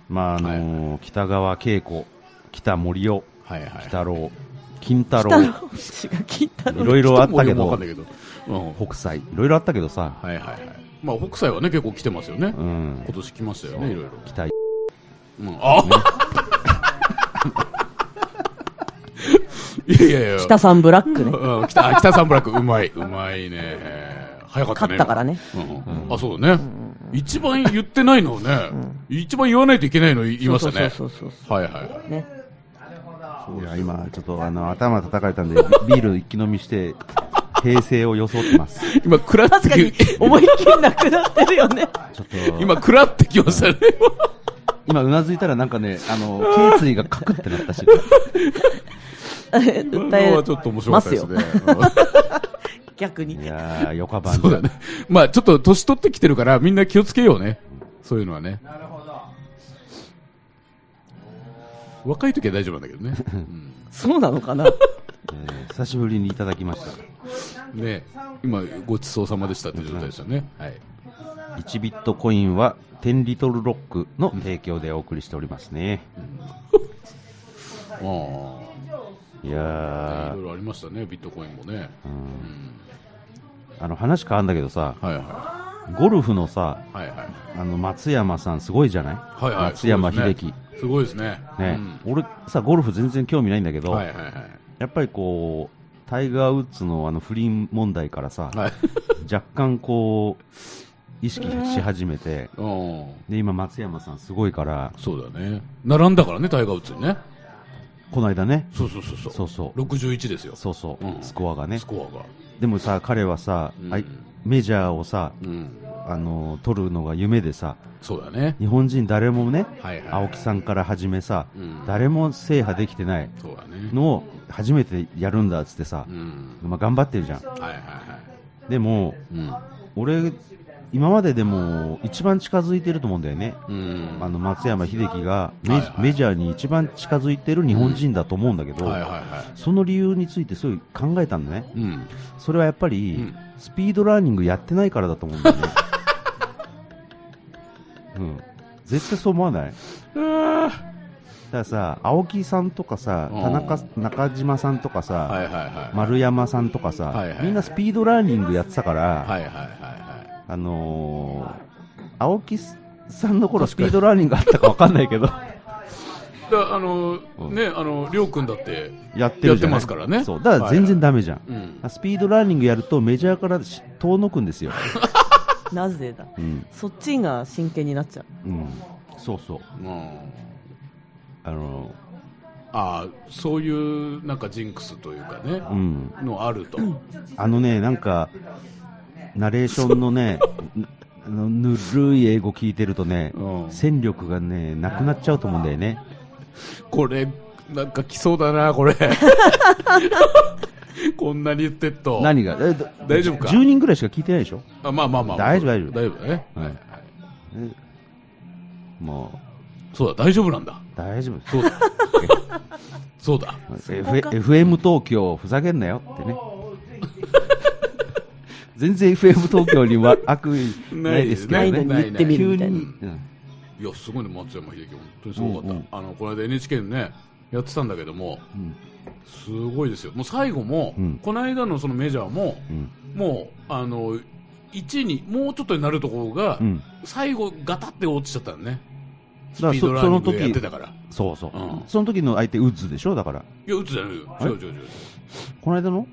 まああのー北川景子、北森夫、
はいはい。
北郎、金太
北
郎、
郎氏が金太
い
郎
ろいろあったけ
人も
ど
わかん、ないけど。うん。
北斎、いろいろあったけどさ、
はいはいはい。まあ、北斎はね、結構来てますよね。
うん
今、年来ましたよね、いろいろ。
北、
うん、あいやいやいや。
北さんブラックね
うん、北、あ北サンブラック、うまい、うまいね。早かった
勝
ね。
ったからね
今。うんうん、あ、そうだね。一番言ってないのをね、一番言わないといけないの言いましたね。
そうそうそうそ
はいは
うね
いや今、ちょっとあの頭叩かれたんで、ビビール一気飲みして、平成を装ってます。
い。今、くらって
確か に
き、
思いっきりなくなってるよね
ちょっと
今、くらってきましたね。
今うなずいたらなんかね、あの、頸椎がカクってなった し、
訴
今の
え
はちょっと面白かったですね。
逆に
いやー、よか
う
ば
ん
ん
そうだね。まあ、ちょっと年取ってきてるから、みんな気をつけようね。そういうのはね。なるほど。若い時は大丈夫なんだけどね。
そうなのかな
えー久しぶりにいただきまし
ね今、ごちそうさまでしたって状態でしたね。はい。
た。1ビットコインは10リトルロックの提供でお送りしておりますね。
あ
いや
あ。い
ー
ろいろありましたね、ビットコインもね。
あの話変わんだけどさ、
はいは
ゴルフのさ、
い。はいはい。
あの松山さんすごいじゃない、
はいはい。
松山
そうで
秀
す
樹
ね。。すごいですね。
ね、俺さ、ゴルフ全然興味ないんだけ
う
ど、
ん。はいはいは
やっぱりこう、タイガー・ウッズのあの不倫問題からさ、
い。はい。
若干こう、意識し始めて、
うん。
で、今松山さんすごいから、
そうだね。並んだからね、タイガー・ウッズにね。
この間ね、
そうそうそうそう。
そうそう
61ですよ。
そうそう、
うん
スコアがね
ス。コアが。
でもさ、彼はさ、
うん
あいメジャーをさ、
うん。
あのー取るのが夢でさ、
そうだね。
日本人誰もね、
はいはい。
青木さんから始めさ、
うん
誰も制覇できてない
そうだね。
のを初めてやるんだっつってさ
う、ん。
まあ、頑張ってるじゃん。
はいはいはい。
でも、
うん。
俺、今まででも一番近づいてると思うんだよね。
うん。
あの松山秀樹がメ,、
はいはい
メジャーに一番近づいてる日本人だと思うんだけど、
はいはいは
その理由についてすごい考えたんだね。
い。うん。
それはやっぱり、
うん
スピードラーニングやってないからだと思うんだ よね。うん、絶対そう思わないだからさ、青木さんとかさ、
うん
田中中島さんとかさ、
はいはいはい。
丸山さんとかさ、
はいはい
みんなスピードラーニングやってたか
は
ら、
いはいはいは
あのー青木さんの頃スピードラーニングあったかわかんないけど、
い。だあの、
うん
ね、あの、りょうくんだって、
やってるじゃな
やってま
い
すからね
そう、だから全然ダメじゃん。
うん。
スピードラーニングやるとメジャーからし遠のくんですよ。
なぜだ
うん。
そっちが真剣になっちゃう
うん。そうそう。
うん。
あの、
ああ、そういう、なんかジンクスというかね、
うん。
のあると。
あのね、なんか、ナレーションのね、 あのぬるい英語聞いてるとね、
うん
戦力がね、なくなっちゃうと思うんだよね。
これ、なんか来そうだな、 これ。こんなに言ってっと。
何がえだ
大丈夫か
?10 人ぐらいしか聞いてないでしょ
あまあまあまあ。
大丈夫大丈夫
大丈夫だね。
うん
はいはい
も
そうだ、大丈夫なんだ。
う、大丈夫。
そうだ。そうだ。
F- FM 東京ふざけんなよってね 全然 FM 東京には悪意ないですけど
ない
ね
のに言ってみるみたいな
急にうん
いや、すごいね、松山秀樹、本当にすごかった。
うんうん
あの、この間 NHK でね、やってたんだけども、
ん
すごいですよ。もう最後も、
うん
この間のそのメジャーも、
うん
もう、あの、1位に、もうちょっとになるところが、
うんだ
最後、ガタって落ちちゃったのね。スピ
から
ード
そ
ラー
そ
ニ
の
ングでやっ
時
てたから。い
そうそう、
うん
その時の相手ウッズでしょだから
や、打つじゃないよ。違う違う違う。
この間の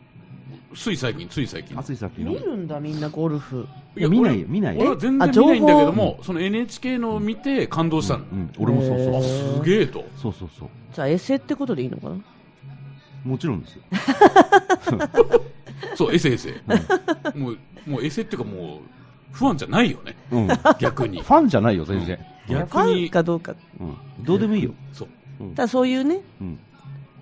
つい最近、つい最近。
暑い先の
見るんだみんなゴルフ
いや
見ない
俺
よ見ない
俺は
よ、
全然見ないんだけども、その NHK のを見て感動したの。
うん、俺もそうそう
へ
そう
すげえと。
そうそうそう
じゃあエセってことでいいのかな
もちろんですよ
そう、エセエセ。もう、もうエセっていうかもう、不安じゃないよね。
うんフ
逆に。
ァンじゃないよ全然、
ファンかどうか
うんどうでもいいよ、
そう。
ただそういうね
うん、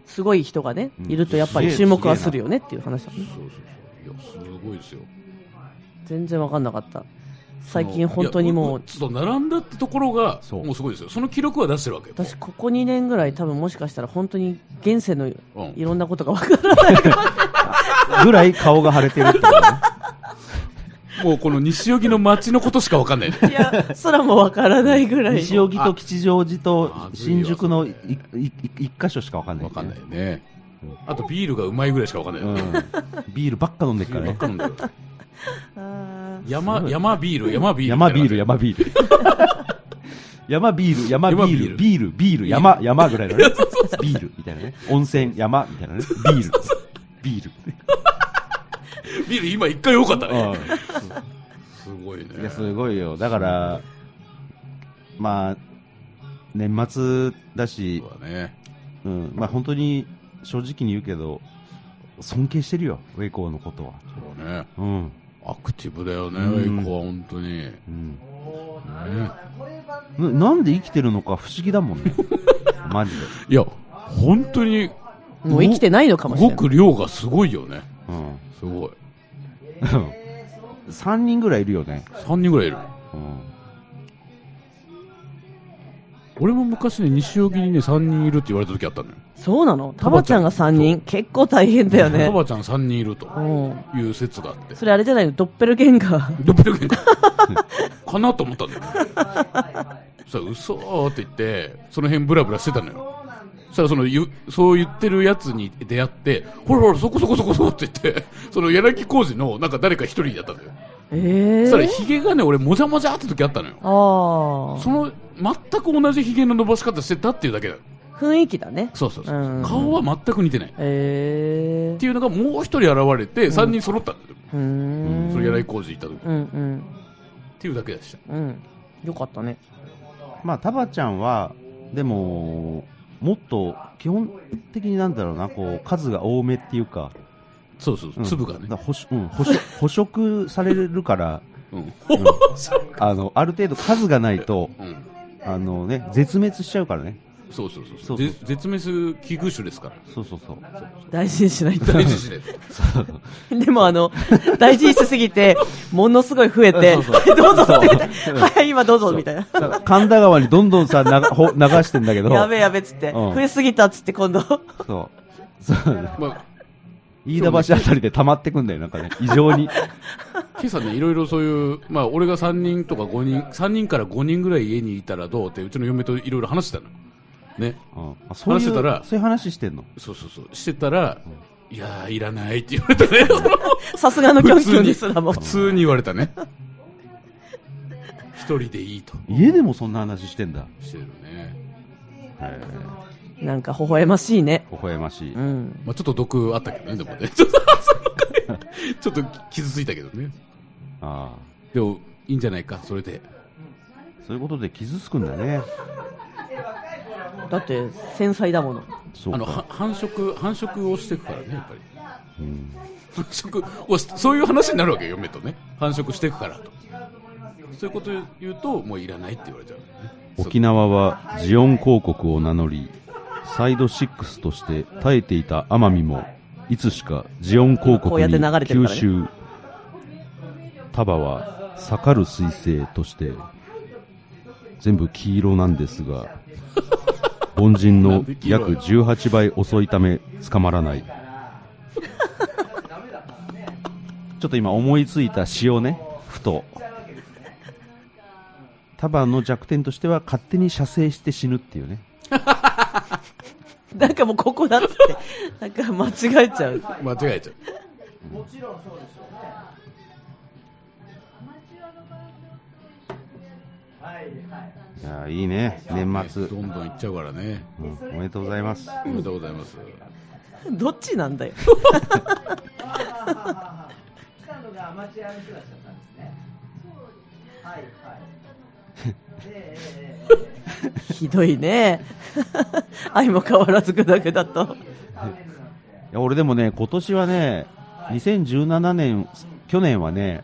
すごい人がね、
うん
いるとやっぱり
す
注
げえ
目はするよねっていう話だ
そう
ね
そうそう。いや、すごいですよ。
全然わかんなかった最近本当にもう
ちょっと並んだってところが、
そう
もうすごいですよ。その記録は出してるわけよ。
私ここ2年ぐらい多分もしかしたら本当に現世のい
うん
ろんなことがわからない
ぐらい顔が腫れてるってことね
もうこの西荻の街のことしかわかんないね。
いや、空もわからないぐらいの。
西荻と吉祥寺
あ
と
ー
新宿のいいい一箇所しかわかんない、
わかんない
ね。
ね。あとビールがうまいぐらいしかわかんないよね。
うん。ビールばっか飲んでっか
ば
ら
っ
ね。
か飲んでる
あー
山、山ビール、 山ビール。
山ビール、。山ビール。山ビール、山ビール、ビール、ビール、山、山ぐらい のね。ビール、みたいなね。温泉、山、みたいなね。ビール、ビール。
ビール今一回多かったね。
う
すごいね
んいや、。すごいよ。だから、まあ、年末だし、
そうだね。
うん、まあ本当に正直に言うけど、尊敬してるよ、ウェイコーのことは。
そうね。
うん。
アクティブだよね、
うん
エコは本当に。ね
うん。ななんで生きてるのか不思議だもん ね。マジで。
いや、本当に
もう生きてないのかもしれ
動
ない。
く量がすごいよね。
うん。
すごい。
3人ぐらいいるよね。
3人ぐらいいる。
うん。
俺も昔ね、西荻にね、3人いるって言われた時あったのよ。
そうなのタバちゃんが3人。結構大変だよね
お。ばちゃん3人いると
うん。
いう説があって。
それあれじゃないのドッペルゲンガー。
ドッペルゲンガー かなと思ったんだよね。そしたら、嘘ーって言って、その辺ブラブラしてたのよ。そしたら、その、ゆそう言ってるやつに出会って、ほらほら、そこそこそこそこって言って、その柳小路の、なんか誰か一人だったんだよ。
え
そしたら、
ー。
ヒゲがね、俺、もじゃもじゃって時あったのよ。
あ
その、全く同じヒゲの伸ばし方してたっていうだけだよ。
あ。雰囲気だね。
そうそうそう。
うん
顔は全く似てない。っ
え
ていうのが、もう一人現れて、三人揃ったんだよ。
ー。うーん。
その柳小路行った時。っ
うんうん。
ていうだけでした。
うん。よかったね。
まあ、タバちゃんは、でも、もっと基本的になんだろうな、こう、数が多めっていうか、
そうそうそうう、
ん
粒がね
だ。捕食うん、捕食捕食されるから、
うん。
あの、ある程度数がないと、
うん
あのね、絶滅しちゃうからね。
そうそうそう
そうそう
ぜ絶滅危惧種 ですから。
そうそうそう。
大事にしないと。
大事しないと
でもあの、 大事にしすぎて、ものすごい増えて、
そう そ
どうぞって言って、 はい、今どうぞみたいな。
だから神田川にどんどんさ、ながほ流してんだけど、
やべえやべっつって、
うん
増えすぎたっつって今度、
そう。そう。
まあ、
飯田橋あたりで溜まってくんだよ、なんか ね。異常に。
今朝ね、いろいろそういう、まあ、俺が3人とか5人、3人から5人ぐらい家にいたらどうって、うちの嫁といろいろ話してたの。ね。
うんあそういう、
話してたら
そういう話してんの。
そうそうそう。してたら、いやー、いらないって言われたね。 その
さすがのキョンキョンですらも
普。通に言われたね。一人でいいと。
家でもそんな話してんだ。
してるね。
なんか微笑ましいね。
微笑ましい。
うん。
まあ、ちょっと毒あったけどね、でもね。ちょっと ちょっと傷ついたけどね。
ああ。
でも、いいんじゃないか、それで。
そういうことで傷つくんだね。
だって、繊細だもの。
そう
あの
か。
は繁殖繁殖をしていくからね、やっぱり
うん
繁殖をしそういう話になるわけよ、嫁とね、繁殖していくからと、そういうことを言うと、もういらないって言われちゃう、ね、
沖縄はジオン公国を名乗り、サイド6として耐えていた奄美も、いつしかジオン公
こう
国
やって
に
流れてるか
吸
らね
収。タバは盛る彗星として、全部黄色なんですが、凡人の約18倍遅いため捕まらない。 ちょっと今思いついた詩をね、ふと。タバの弱点としては勝手に射精して死ぬっていうね。
なんかもうここ だっつって、なんか間違えちゃう。
間違えちゃう、
いやーいいね、年末、
どんどんいっちゃうからね、
うんおめでとうございます。
おめでとうございます、
どっち なんだよ。ひどいね。 愛も変わらずグダグダと。
いや俺でもね、今年はね、2017年、去年はね、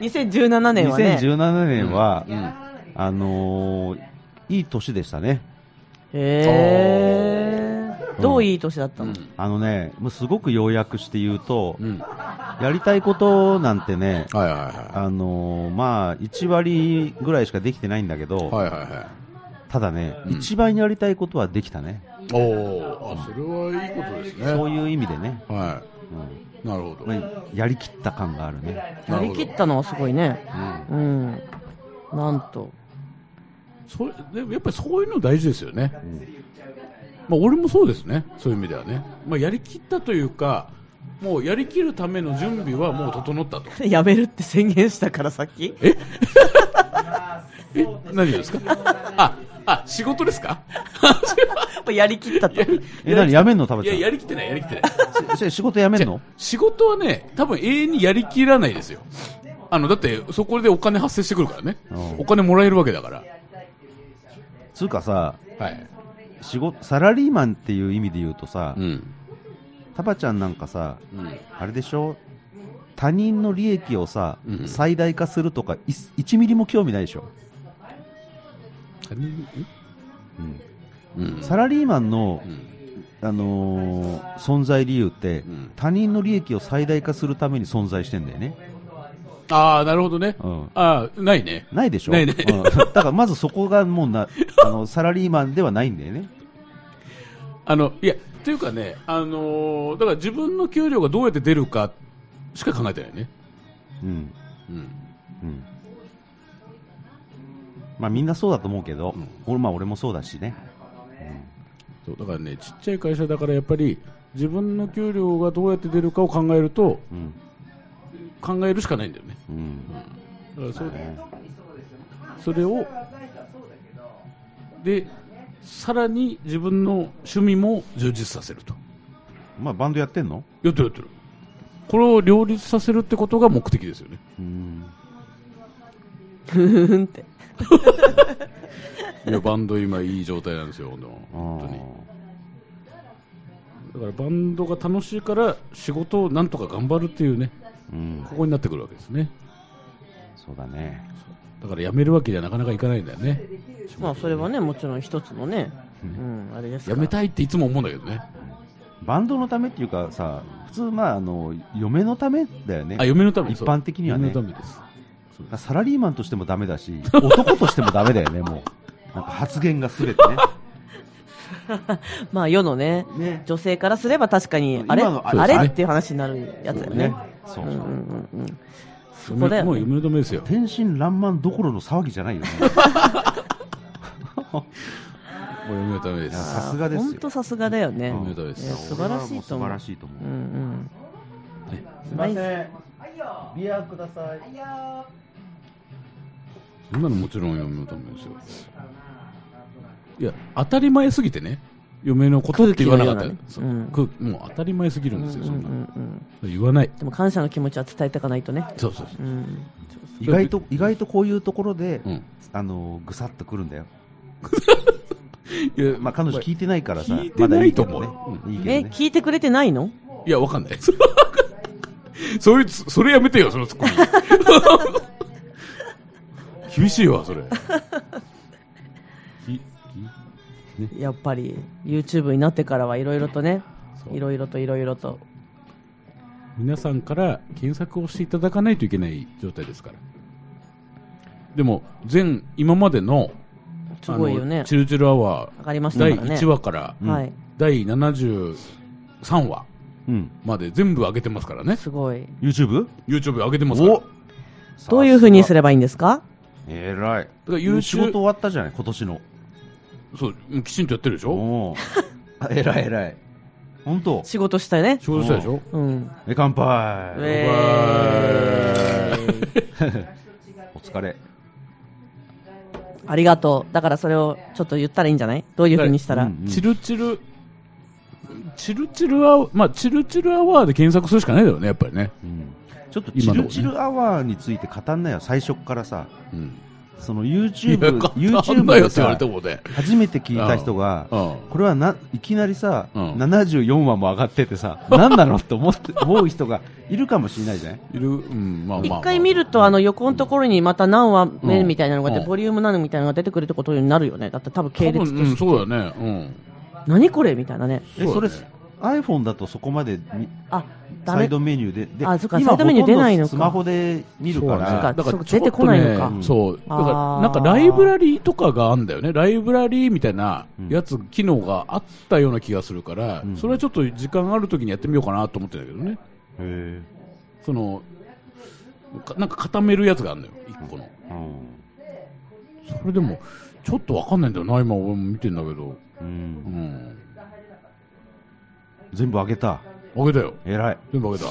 2017年はね。
2017年は、あのーいい年でしたね。
へーどういい年だったの、
あのね、もうすごく要約して言うと、
うん、はい
やりたいことなんてね、
はいは
あのーまあ、1割ぐらいしかできてないんだけど、
い、はいはいは
ただね、
うん
一番やりたいことはできたね。
い、おーあそれはいいことですね、
そういう意味でね。
はなるほど。
まあやりきった感があるね。
やりきったのはすごいね。
うん
うん。なんと。
それでもやっぱりそういうの大事ですよね、
ん
まあ、俺もそうですね、そういう意味ではね、まあ、やりきったというか、もうやりきるための準備はもう整ったと、
やめるって宣言したからさっき。
え何です か、ああ仕事ですか、
やっぱやりきったと。
え、何やめんの
い
食べ
や、
ちゃ
や
ん
りきってない、やりきってない、
せ仕事やめんの
仕事はね、多分永遠にやりきらないですよ、あのだってそこでお金発生してくるからね、
うん
お金もらえるわけだから、
つうかさ、
はい
仕事、サラリーマンっていう意味で言うとさ
う、ん
タバちゃんなんかさ、
うん、
あれでしょ他人の利益をさ、
うん
最大化するとか、い1ミリも興味ないでしょ、
うん、
サラリーマンの
う、ん
あのー存在理由って、
うん
他人の利益を最大化するために存在してんだよね。
ああ、なるほどね、
うん
ああ、ないね、
ないでしょ
ないない
うんだからまずそこがもうな、あの、サラリーマンではないんだよね。
あの、いや、というかね、あのーだから自分の給料がどうやって出るかしか考えてないね。
うん。
うん。
うん。まあみんなそうだと思うけど、
うん
俺、まあ俺もそうだしね。
そう、だからね、ちっちゃい会社だからやっぱり、自分の給料がどうやって出るかを考えると、
うん。
考えるしかないんだよね。
うん。
だからそれ
ね
それを、で、さらに自分の趣味も充実させると。
まあバンドやってんの
やってるやってる。これを両立させるってことが目的ですよね。
うん。
ふーんって。
いや、バンド今いい状態なんですよ、本当に。だからバンドが楽しいから仕事をなんとか頑張るっていうね、
うん
こ。こになってくるわけですね。
そうだね。
だから辞めるわけじゃなかなかいかないんだよね。
まあそれはね、もちろん一つのね、うん、あれです
辞
から。
めたいっていつも思うんだけどね。
バンドのためっていうかさ、普通まああの、嫁のためだよね。
あ、嫁のため
一般的にはね
嫁のためです。
サラリーマンとしてもダメだし、男としてもダメだよね、もう。なんか発言がすべてね。
まあ世の ね、
ね。
女性からすれば確かに、あれ
今の
あ
あ
れ
そうですね
っていう話になるやつだよね。
そううん
うん
そう。
うんうん。そこだ
嫁
よ
もう
ね。
嫁のためですよ。
天真爛漫どころの騒ぎじゃないよね。
もう嫁のためです。
さすがですよ
本当さすがだよね。い
嫁のため
や
です。
素晴らしいと
素
思
晴
う
ら。しいと思う
うん。うん。
すいません。ビアください。
そんなのもちろん嫁のためですよ。いや、当たり前すぎてね。嫁のことって言わなかった。
空気のようなね
そう
うん
空気もう当たり前すぎるんですよ、そんな
う
の
んうん
言わない。
でも感謝の気持ちは伝えていかないとね。
そうそうそ
うん。
意外と、意外とこういうところで、
う。うん。
あの、ぐさっとくるんだよ。
いや
まあ彼女聞いてないからさ、
聞いてないと思う
まだいいけどね。
え、
いいけどね。
聞いてくれてないの
いや、わかんない。 そういう、それやめてよ、そのツッコミ。 厳しいわ、それ。きき
やっぱり YouTube になってからはいろいろとね
そ、う
いろいろといろいろと。
皆さんから検索をしていただかないといけない状態ですから。でも、全、今までの、
すごいよね
あのチルチルアワ
上がりまし
ー、
た
第
からね。
1話から、
はい。
第73話
うん。
まで全部上げてますからね。
すごい。
YouTube?
YouTube 上げてますから。だか
どういうふうにす
れ
ればいいんですから
い。
ら
仕事終
YouTube、
わったじゃない、今年の。
そう、もうきちんとやってるでしょ
おお。あ 偉い偉い。本当。
仕事したよね。
仕事したでしょ
うん。
え、乾杯。
えーイ
お疲れ。
ありがとう。だからそれをちょっと言ったらいいんじゃないどういうふうにしたら。
うん
チルチル、チルチルアワー、まあ、チルチルアワーで検索するしかないだろうね、やっぱりね。
うんちょっとチ
今の
ルチルアワーについて語んなよ、最初っからさ。
うん。
その
い
YouTube
や、買、ったん
YouTube
だよって
で
言わ
さ
れて、もね。
初めて聞いた人が、
う
これはないきなりさ、
うん
74話も上がって てさ、何なのって思って思う人がいるかもしれないじゃない
ん。いる、うん、まあまあ、
一
まあ。
回見ると、あの、横のところにまた何話目みたいなのがあっ
う
て、
ん
ボリューム何みたいなのが出てくるってことになるよね。だって多分系
多
列と
分、う
し
ん、
て。
そうだよね。
何これみたいなね。
えそ
そうだ
れ
ね
iPhone だとそこまでみ
あ、ダ
サイ
メ。
ドメニューで、で
あそうか
今
サイドメニュー出ないのか
ほとんどスマホで見るか
そうね
ら、
あ
だか
そ
ら
う出てこないのか
ちょっとねそう。だから、
あー
なんかライブラリーとかがあんだよね。ライブラリーみたいなやつ、機能があったような気がするから、
ん
それはちょっと時間ある時にやってみようかなと思ってんだけどね。
へ
その、かなんか固めるやつがあるのよ、一個の。
ーうん
それでも、ちょっとわかんないんだよな、今俺も見てんだけど。
うん
うん。
全部上げた。
あげたよ。
偉い。
全部あげた。
あ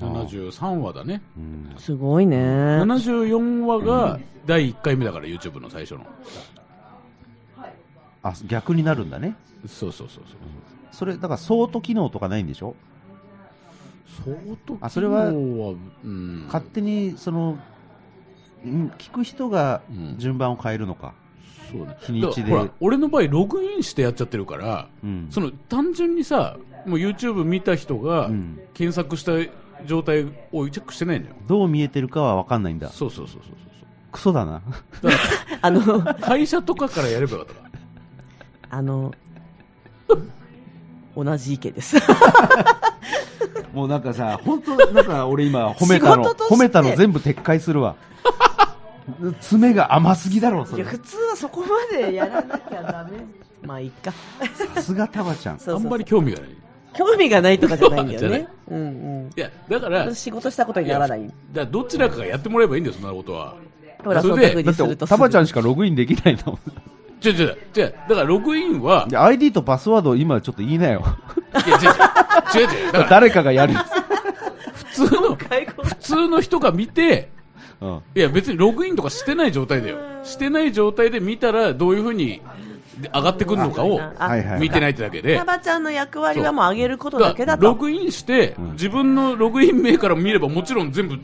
ー
73話だね。
うん
すごいね。
74話が第1回目だから、YouTube の最初の。
あ、逆になるんだね。
そうそうそうそう。
それ、だから、ソート機能とかないんでしょ
相当
あそれは
機能うん、
勝手に、その、うん聞く人が
うん
順番を変えるのか。
そうね
日にち
だ
で
からほら俺の場合ログインしてやっちゃってるから
うん
その単純にさもう YouTube 見た人が
うん
検索した状態をチェックしてないのよ、
どう見えてるかは分かんないんだ。
そうそうそうそうそう
クソだな。
あの、
会社とかからやればよかったな
あの、 同じ意見です。
もうなんかさ、本当なんか俺今褒めたの、
仕事として
褒めたの全部撤回する わ。爪が甘すぎだろ、そ
い
れ
や、。普通はそこまでやらなきゃダメ。 まあ、いいか。
さすがタバちゃん。
そうそうそう
あんまり興味がないい
興味がないとかじゃないんだよ
じゃない
ね。うん
やだから
うん。仕事したことにならない。
だからどちらかがやってもらえばいいんだよそんなことは
ほら、
そ
そ
れ
うい
で
うふうにするとす
タ
ぐ。
バちゃんしかログインできないんだもん。
違う違う違うだからログイン は
で ID とパスワードを今ちょっと言いなよ。
いや違う違う違う違うだから
誰かがやる。
普通の
介護
普通の人が見て
うん。
いや別にログインとかしてない状態だよ。してない状態で見たらどういうふうに上がってくるのかを
あ
はいはい。
見てないってだけで
タ。バちゃんの役割はもう上げることだ
だ
け
から
だ
ロ
と。
グインして自分のログイン名から見ればもちろん全部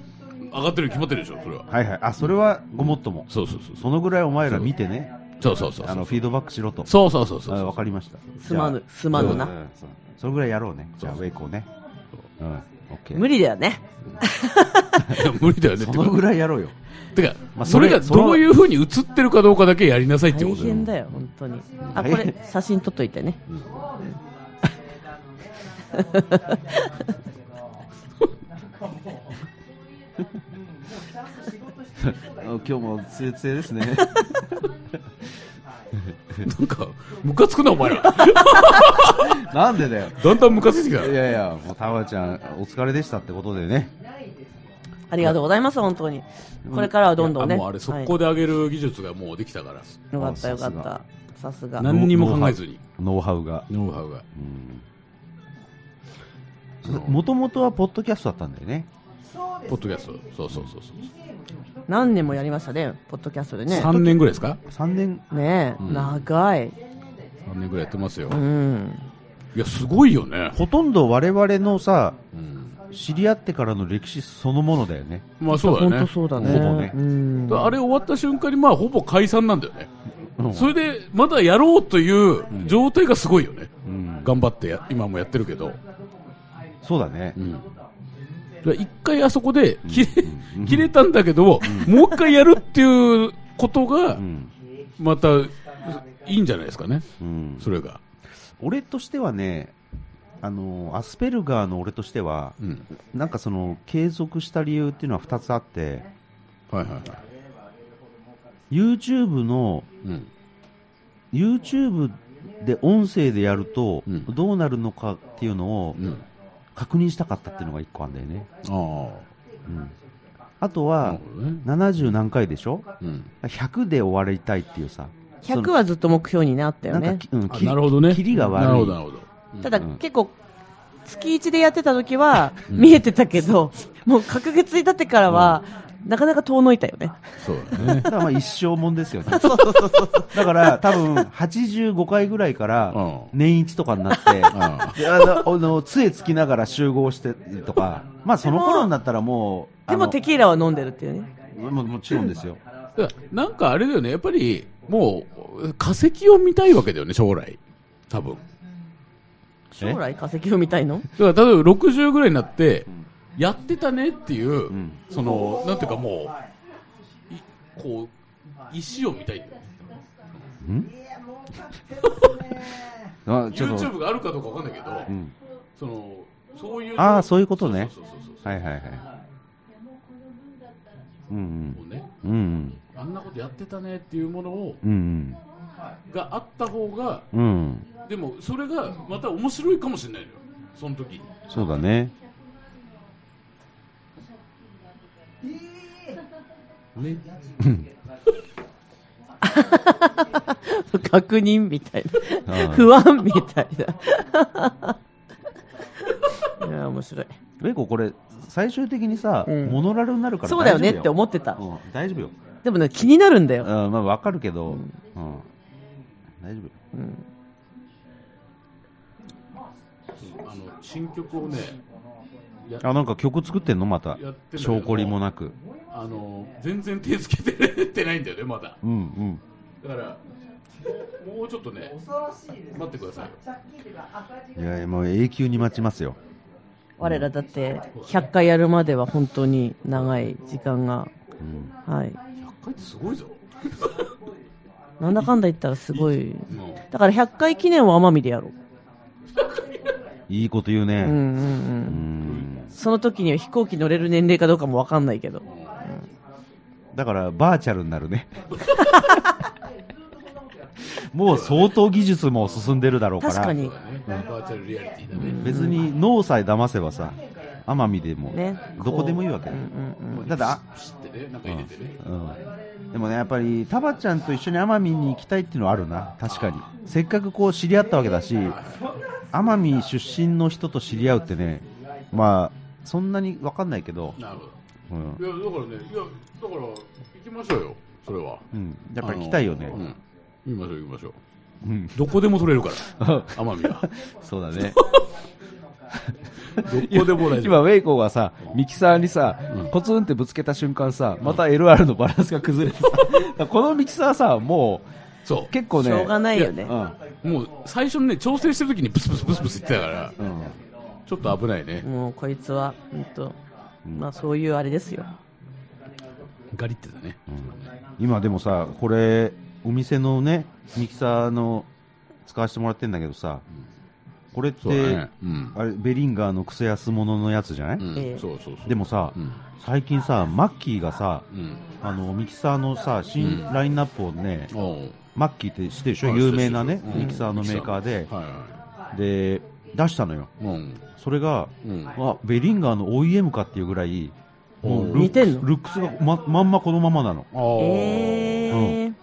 上がってるに決まってるでしょ、それは。
はいはい。あ、それはごもっとも。
そうそうそう。
そのぐらいお前ら見てね、
そうそうそう
あの、フィードバックしろと。
そう。そうそうそう
あ
そ
わ
う。
かりました。
すまぬ
じゃ、
す
あ
まぬ
うんう
な。
んそうそのぐらいやろうね。じゃあ、ウ
そう
ェイコーね。うん。オッケー。
無理だよね。
いや無理だよね。
そ
て
の
か
ぐらいやろうよ。
てか、
まあ
それが
それ
どういうふうに映ってるかどうかだけやりなさいって
大
ことだよ。
変だよ、本当に。あ、これ、写真撮っといてね。
あ今日もつえつえですね。
なんか、ムカつくな、お前ら。
なんでだよ。
だんだんムカついてきた。
いやいや、もうタワちゃん、お疲れでしたってことでね。
ありがとうございます、本当に。これからはどんどんね。
あもうあれ、速
は
攻で上げる技術がもうできたから。
いよかった、
あ
よか
さす
っ
が
た。さすが。
何にも考えずに。
ノウハウが。
ノウハウが。
もともとはポッドキャストだったんだよね。
ポッドキャスト。そうそうそうそう。
何年もやりましたね、ポッドキャストでね。
3年ぐらいですか
3年、
ねえ、長い。
3年ぐらいやってますよ
う。ん。
いや、すごいよね。
ほとんど我々のさ、
うん
知り合ってからの歴史そのものだよね。
まあそうだよ
本当
ね。
そうだね。
ほぼね
うん。
あれ終わった瞬間に、まあほぼ解散なんだよね。
うん
それで、まだやろうという状態がすごいよね。
うん
頑張ってや、今もやってるけど。
そうだね
う。ん。だから一回あそこで切れ
うん、
切れたんだけど、もう一回やるっていうことが
う、ん
また、いいんじゃないですかね。
うん
それが。
俺としてはね、あの、アスペルガーの俺としては、
うん。
なんかその、継続した理由っていうのは2つあって、
はいはいはい。
YouTube の、
うん。
YouTube で音声でやると
うん、
どうなるのかっていうのを
うん。
確認したかったっていうのが1個あるんだよね。
あ
うんあと
あ。な
は
る、ほどね。
70何回でしょ
うん。
100で終わりたいっていうさ
100はずっと目標になったよ
なんか
ね。
き、うん、
あ
き
なるほどね。
キリが悪い
なるほど、なるほど。
ただ
うん
結構、月1でやってた時は見えてたけど、もう隔月になってからは、なかなか遠のいたよね。
そうだ ね。
だからまあ一生もんですよね だから多分85回ぐらいから
う
年一とかに なって
ん。うん。
であの あの杖つきながら集合してとかまあその頃になったらもう
でも
あの
テキーラは飲んでるっていうね。
ももちろんですよ
だからなんかあれだよね、やっぱり、もう、化石を見たいわけだよね、将来。多分。
え
将来化石を見たい の
だから、例えば60ぐらいになって、やってたねっていう、
ん
その、なんていうかもう、いこう、石を見たいんだよね
ん あちょっと、
YouTube があるかどうかわかんないけど、
うん、
そのそういう
あーそういうことね
そうそうそうそう
はいはいはいうん
もうね
うんうん
あんなことやってたねっていうものを
うん
があった方が
うんうん
でもそれがまた面白いかもしれないのよその時に
そう だね
ね
確認みたい
あ
な。
ー
不安みたい な。いや、面白い。
レイコこれ最終的にさ、
うん
モノラルになるから
そうだよねって
っ
思ってた。
うん、大丈夫よ
でもね、気になるんだよ。
あまあわかるけど、
う
うんん大丈夫よ
うん
あの新曲をねや
あなんか曲作ってんのまた
やってんだけど
証拠りもなく
あの全然手つけてってないんだよねまだ
うんうん
だからもうちょっとね待ってくださいよ
いやもう永久に待ちますよ
我らだって、100回やるまでは本当に長い時間が。
うん
はい。
100回ってすごいぞ
なんだかんだ言ったらすごい。
も
だから100回記念は奄美でやろ
いいこと言
う。う
う
んう
ね
んう。
うんん
その時には飛行機乗れる年齢かどうかもわかんないけど。
だからバーチャルになるね もう相当技術も進んでるだろうから
確かに
うそうだねバーチャルリアリティだね
別に脳さえ騙せばさ奄美でも、
ね。
どこでもいいわけ
うん
だ
う
よ、
んうん。
ただ
ピシッてねなんか入れてね
うん、でもねやっぱりタバちゃんと一緒に奄美に行きたいっていうのはあるな確かにせっかくこう知り合ったわけだし奄美出身の人と知り合うってねまあそんなに分かんないけど、
なるほど
うん
いやだからねいやだから行きましょうよそれは
うん、やっぱり来たいよね
あのうん行きましょう行きましょう
うん、
どこでも取れるから奄美は
そうだね
どこでも大丈
今ウェイコーがさミキサーにさ、コツンってぶつけた瞬間さまた LR のバランスが崩れて さこのミキサーさも
夫そう
結構
し
ね
ょうがないよね。
うん
うもう最初にね調整してる時にブスブスブスブス言ってたから
うん
ちょっと危ないね
もうこいつは、うんと、まあそういうあれですよ。
ガリってたね
今でもさこれお店のねミキサーの使わせてもらってんだけどさこれっ
そうだ
て、
ねうん
あれベリンガーのクセ安物のやつじゃない、
うん
ええ
そうそうそう
でもさ、
うん
最近さマッキーがさ
うん
あのミキサーのさ新
う
ラインナップをね、
おう
マッキーって知ってるでしょ
はい
有名なね
知ってる知ってるうん
ミキサーのメーカーで、
はいは
で出したのよ
いうん
それが
うん
あベリンガーの OEM かっていうぐらいもうルックス
似てんの
ルックスがままんまこのままなの
あー
えー、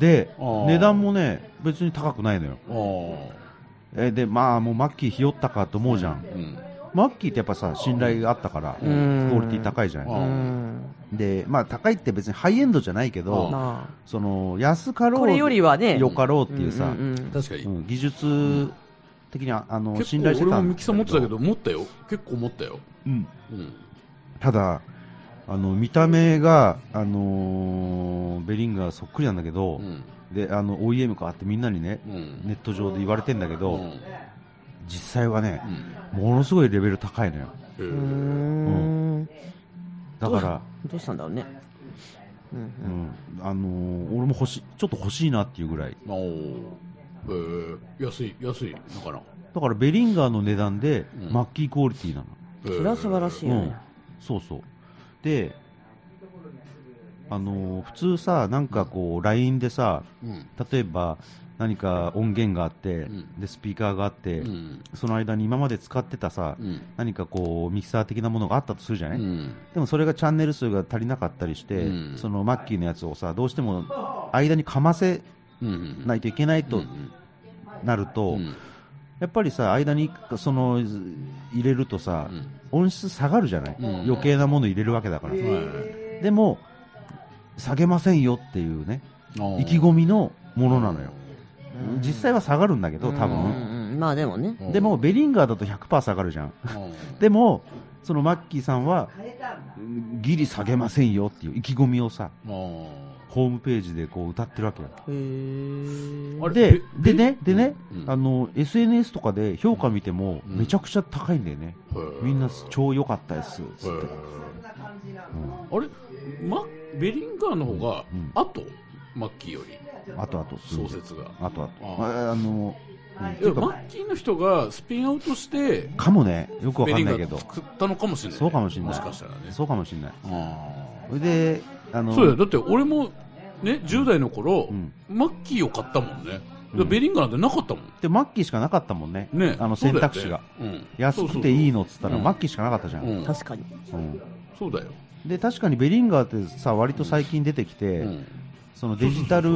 で
あー
値段もね別に高くないのよ
あー
えーでまあもうマッキーひよったかと思うじゃん
うん
マッキーってやっぱさ信頼があったからク
ん
オリティ高いじゃ
あ
ない
うん。
でまあ高いって別にハイエンドじゃないけ
うん
ど
な
その安か
あ。
ろう
これよりはね、
よかろうっていうさ、
んんん
確かに
うん技術的にはあの
結
信
構
頼して
俺
た
も
ん
ミキサー持ってたけど持ったよ結構持ったよ
うん
うん
ただあの見た目があのーベリンガーそっくりなんだけど、
うん
であの OEM かってみんなにね
うん
ネット上で言われてんだけど、
うん
実際はね
う、ん
ものすごいレベル高いのよ
へ
う
ー
ーん。
だから、
どうしたんだろうね。うんう
うんん、あのー俺も欲しいちょっと欲しいなっていうぐらい
おーへえ安い安いのかな
だからベリンガーの値段で、
うん
マッキークオリティなの、
そ
それは素晴らしいよ
うん
ね。、
そうそうであのー普通さなんかこう LINE でさ
うん
例えば何か音源があって、
うん
でスピーカーがあって、
うん
その間に今まで使ってたさ、
うん
何かこうミキサー的なものがあったとするじゃ
う
ない、
ん
でもそれがチャンネル数が足りなかったりして、
うん
そのマッキーのやつをさどうしても間にかませ
うん
ないといけないと
うん
なると、
うん
やっぱりさ間にそのず入れるとさ、音質下がるじゃない、
うん
余計なもの入れるわけだから、
うんはい
でも下げませんよっていうね
あー
意気込みのものなのよ、
うん
実際は下がるんだけど多
うんう
分、
んうんまあでもね。
うん
でもベリンガーだと100%下がるじゃん
うん
でもそのマッキーさんはうんギリ下げませんよっていう意気込みをさ
あー
ホームページでこう歌ってるわけよ
へー
あれ
で
べ
でねでね、
うん
あの SNS とかで評価見ても
うん
めちゃくちゃ高いんだよね、
へー
みんな超良かったですつって、
へーあれマベリンガーの方が後マッキーより、
あとあと。
小説が。
あとあと。
あ
ああの、うん
いやマッキーの人がスピンアウトして、
かもね、よくわ
ベ
か
リ
んな
ン
いけ
ガ
ど
ー。作ったのかもしれないね。
そうかもしれない
もしかしたらね。
そうかもしれない。
あ
それで、あの、
そうだよ。だって俺も、ね、10代の頃、
うん
マッキーを買ったもんね。
うん
ベリンガーなんてなかったもん。
で、マッキーしかなかったもんね。
ね。
あの
そうだよね
選択肢が。
うん
安くていいのっつったら、
うん
マッキーしかなかったじゃん。
うん
確かに。
うん
そうだよ。
で、確かにベリンガーってさ、割と最近出てきて、
うん
そのデジタル、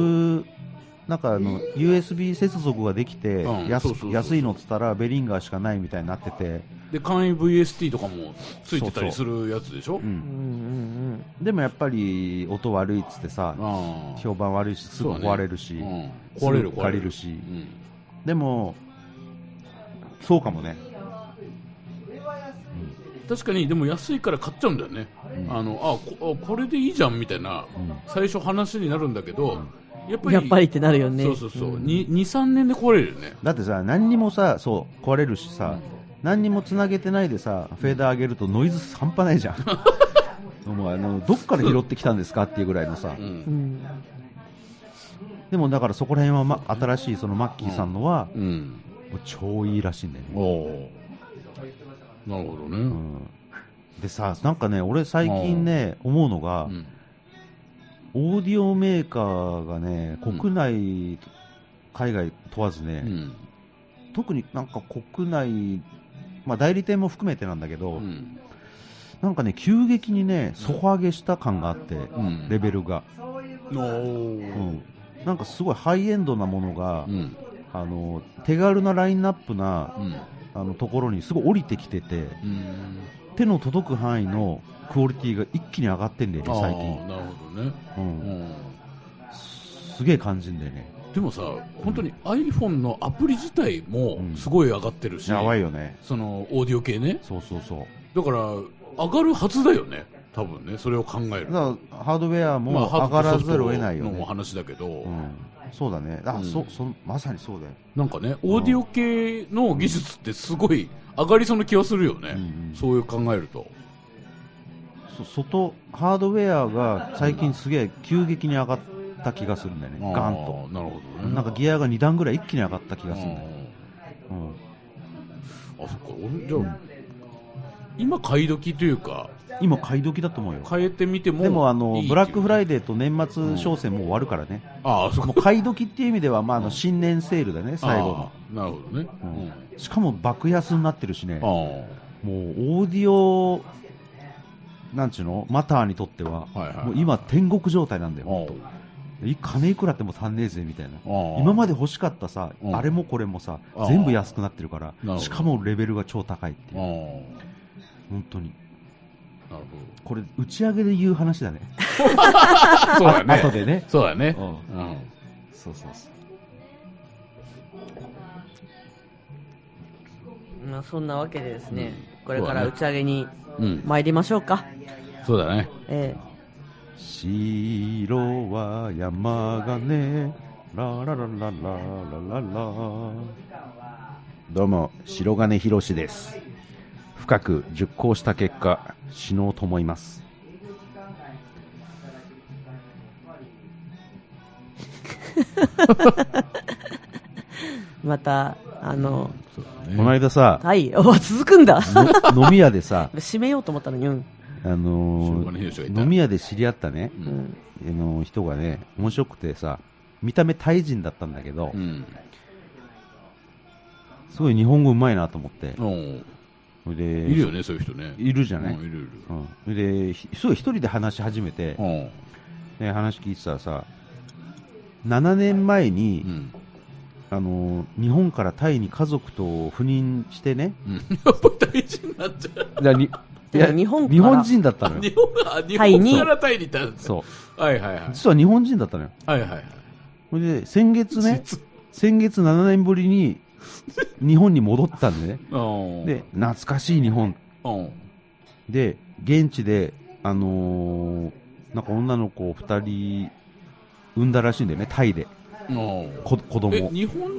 なんかあの、USB 接続ができて、
うん
安
そうそうそう
安いのっつったら、ベリンガーしかないみたいになってて、
で、簡易 VST とかもついてたりす
そ
るやつでしょ
う
うん
ん。
うん
でもやっぱり、音悪いっつってさ、
ああ
評判悪いし、すぐ壊れるし、
うん壊れる
すぐ借りる
し。
し
う、ん
でも、そうかもね。
確かに、でも安いから買っちゃうんだよね。あの、あこ、あこれでいいじゃんみたいな、最初話になるんだけど、や
う
っぱ
ん。
り、
やっぱりってなるよね。
そうそうそう。
ん
に2、3年で壊れるよね。
だってさ、何にもさ、そう、壊れるしさ、何にもつなげてないでさ、フェーダー上げるとノイズ半端 ないじゃん。もうあのどっから拾ってきたんですかっていうぐらいのさ
う、。
うんん。
でもだからそこら辺は、ま、新しいそのマッキーさんのは、
うん。
もう超いいらしいんだよね。
おお。なるほどね。
うんでさ、なんかね、俺最近ね、思うのが、
うん
オーディオメーカーがね、国内、海外問わずね、
うん
特になんか国内、まあ、代理店も含めてなんだけど、
うん
なんかね、急激にね、底上げした感があって、
うん
レベルが、
お
う
ー
ん、なんかすごいハイエンドなものが、
うん
あの手軽なラインナップな
うん
あのところにすごい降りてきてて、
うん
手の届く範囲のクオリティが一気に上がってんだよね、最
あ
近
ーなるほどね、。
うん、
う
すげえ感じんだよね。
ん、でもさ本当に iPhone のアプリ自体も
うん
すごい上がってるし、
やばいよね。
そのオーディオ系ね
そうそうそう。
だから上がるはずだよね多分ねそれを考える
だからハードウェアも
まあ
上がらざるを得ないよ
ハードとソフトの
ね。
話だけど、
うん、そうだね。あ、
うん
そ、そ、まさにそうだよ。
なんかねオーディオ系の技術ってすごい上がりそうな気はするよね、
うんうん
そういう考えると、
そ外ハードウェアが最近すげえ急激に上がった気がするんだよね、ガンと、
あーなるほどね
なんかギアが2段ぐらい一気に上がった気がするんだよ、
うん
うん
あそっか俺じゃあ今買い時というか
今、買い時だと思うよ、
変えてみても
でもあのブラックフラ
イ
イデーと年末商戦もう終わるからね、
ああそこ
もう買い時っていう意味では、まあ、あの新年セールだね、最後の、
あーなるほどね、
うん
うん
しかも爆安になってるしね、もう
あ
オーディオ、なんちゅうの、マターにとっては、
あはいはい
もう今、天国状態なんだよ、ほんと
あ
い金いくらあっても足んねえぜみたいな。
あ
今まで欲しかったさ、
うん
あれもこれもさ
あー
全部安くなってるか
ほど
らしかもレベルが超高いってい
ああ
う本当に
なる
これ打ち上げで言う話だね
ほどそうだ
後
ね
でね
そうだね
うん
うん
そうそうそう
まあ、そんなわけでですね、
うん
これから打ち上げに
うん
参りましょうか。
そうだね
え
白は山がねララララララララどうも白金ひろしです深く熟考した結果死のうと思います
ーまた、あの、
そうだ
この
ね
間さ
はい、 お続くんだ。
の飲み屋で さ
締めようと思ったのに、うん。
あの
白金秀吉がい
ー
た
飲み屋で知り合ったね、
う
うんん
あの人がね、面白くてさ、見た目タイ人だったんだけど、
うん
すごい日本語うまいなと思って。
うん
それで
いるよねそういう人ね
いるじゃない。
う
うん
い
ん
るいる
それで、ひすごい一人で話し始めて、
うん
ね話聞いてたらさ、7年前に、
うん
あのー日本からタイに家族と赴任してね、
うんやっぱ大事になっちゃう
だ に
でも日本から
日本人だったのよ
日。本が日
タイに
本からタイに行ったんですよ
そう。
はいはいはい
実は日本人だったのよ。
はいはいはい
それで、先月ね、
実
先月7年ぶりに、日本に戻ったんでね。
うん
で、懐かしい日本
うん
で、現地で、あのーなんか女の子を2人産んだらしいんだよね、タイで、
うん
こ子供
え日本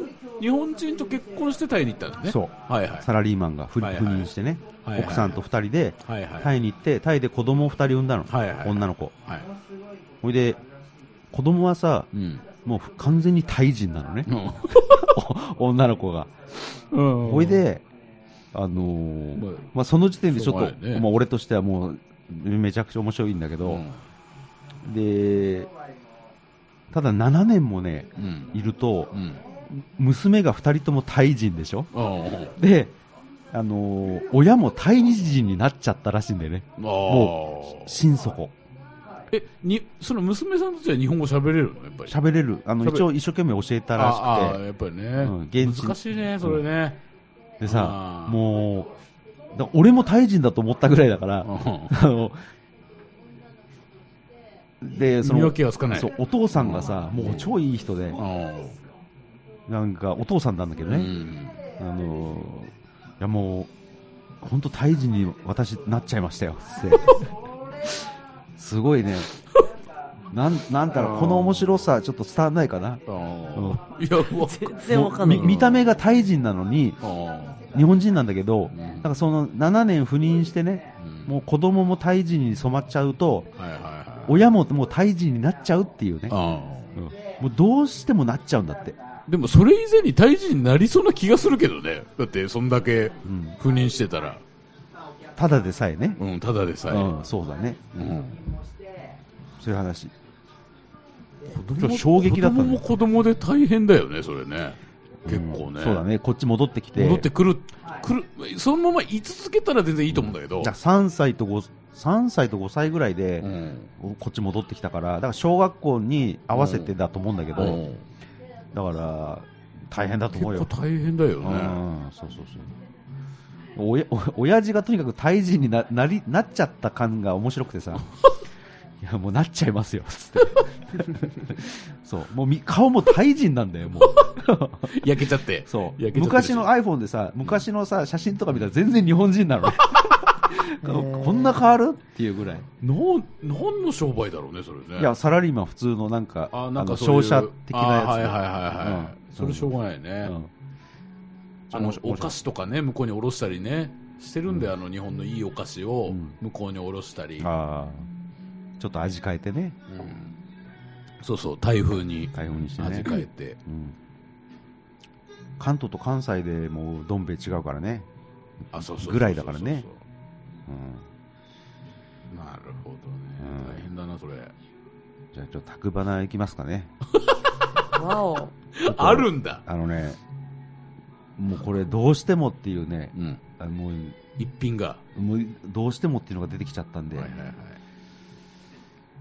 日本人と結婚してタイに行ったんだね
そう、
はいはい
サラリーマンがふ
はいはい
赴任してね、
はいはい
奥さんと2人で
はいはい
タイに行って、タイで子供を2人産んだの、
はいはい
女の子。
はい
ほいで、子供はさ、
うん。
もう完全にタイ人なのね。お女の子が。
うん
ほい、で、あのー
まあ
まあ、その時点でち
し
ょっ
ょうが
と、
ないね
まあ、俺としてはもう、めちゃくちゃ面白いんだけ
う
ど、
ん
で、ただ7年もね、
うん。
いると
う、ん。
娘が2人ともタイ人でしょ
あー
で、あのー親もタイ人になっちゃったらしいんだよね。
あー。
も心底。
え、に、その娘さんたちは日本語喋れるのやっぱり。
喋れる。あの、
喋る
一応一生懸命教えた
あ
ら
あ
し
ー、
く
やっぱりね。
ん現地
難しいね、それね。
て。でさ
あ、ー
もう、だ俺もタイ人だと思ったぐらいだから、
うん
あの、で、そ
見
の
分、けはつかない。
そう、お父さんがさ、もう超いい人で
う、ん。
なんか、お父さんなんだけど
う
ね、
ん。
あのー、いやもう、本当胎児に私なっちゃいましたよ、 って。すごいね。なん、なんだろう、この面白さ、ちょっと伝わんないかな。
あーいや、わか
全然わかんない
もうみ見た目がタイ人なのに、
あ
日本人なんだけど、
ん
なんかその7年赴任してね、
ーうん
もう子供もタイ人に染まっちゃうと、
はいはいはい。
親ももうタイ人になっちゃうっていうね、
あ
うんもうどうしてもなっちゃうんだって、
ーでもそれ以前に退治になりそうな気がするけどね。だって、そんだけ
うん
赴任してたら。
ただでさえね、
うん、ただでさ
うん、
え。
そうだね、
うん
そういう話、
子
ちょっと衝撃だった
子
ね
供も子供で大変だよね、それね。結構
う
ね。
んそうだね、こっち戻ってきて、
戻ってくる、くる、そのまま居続けたら全然いいと思うんだけど。
じゃあ3歳と5 3歳と5歳ぐらいで、
うん。
こっち戻ってきたから、だから小学校に合わせてだと思うんだけど、
うん
だから、大変だと
結
思うよ
構。大変だよね。
うんそうそうそう。おや、お親父がとにかくタイ人にななり、なっちゃった感が面白く てさ。いや、もうなっちゃいますよ、つって。そう。もうみ、顔もタイ人なんだよ、もう。
焼けちゃって。
そ
焼。け
う
ちゃってるし
昔の iPhone でさ、昔のさ、写真とか見たら全然日本人なのね。
ー
こんな変わるっていうぐらい。
なん、何の商売だろうね、それね。
いや、サラリーマン普通のなんか、
あなん
あの
かそうい
商
う
社的な
あ
やつ。
はいはいはいはい、
うん
それしょうがないね、
うん
あの
面白い
お菓子とかね向こうにおろしたりねしてるんで、あの日本のいいお菓子を
うん
向こうにおろしたり、
あーちょっと味変えてね、
うんそうそう台風に
対応にしてね。
味変えて、
うん関東と関西でもうどん兵衛違うからね、
あそうそうそう
ぐらいだからね
そうそう
うん、
そうなるほどね、
うん
大変だなそれ
じゃあちょっと宅花行きますかね
わお。
ちょっ と
あるんだ、
あのねもうこれどうしてもっていうね
うん、
あも
一品が、
うもうどうしてもっていうのが出てきちゃったんで、
はいはい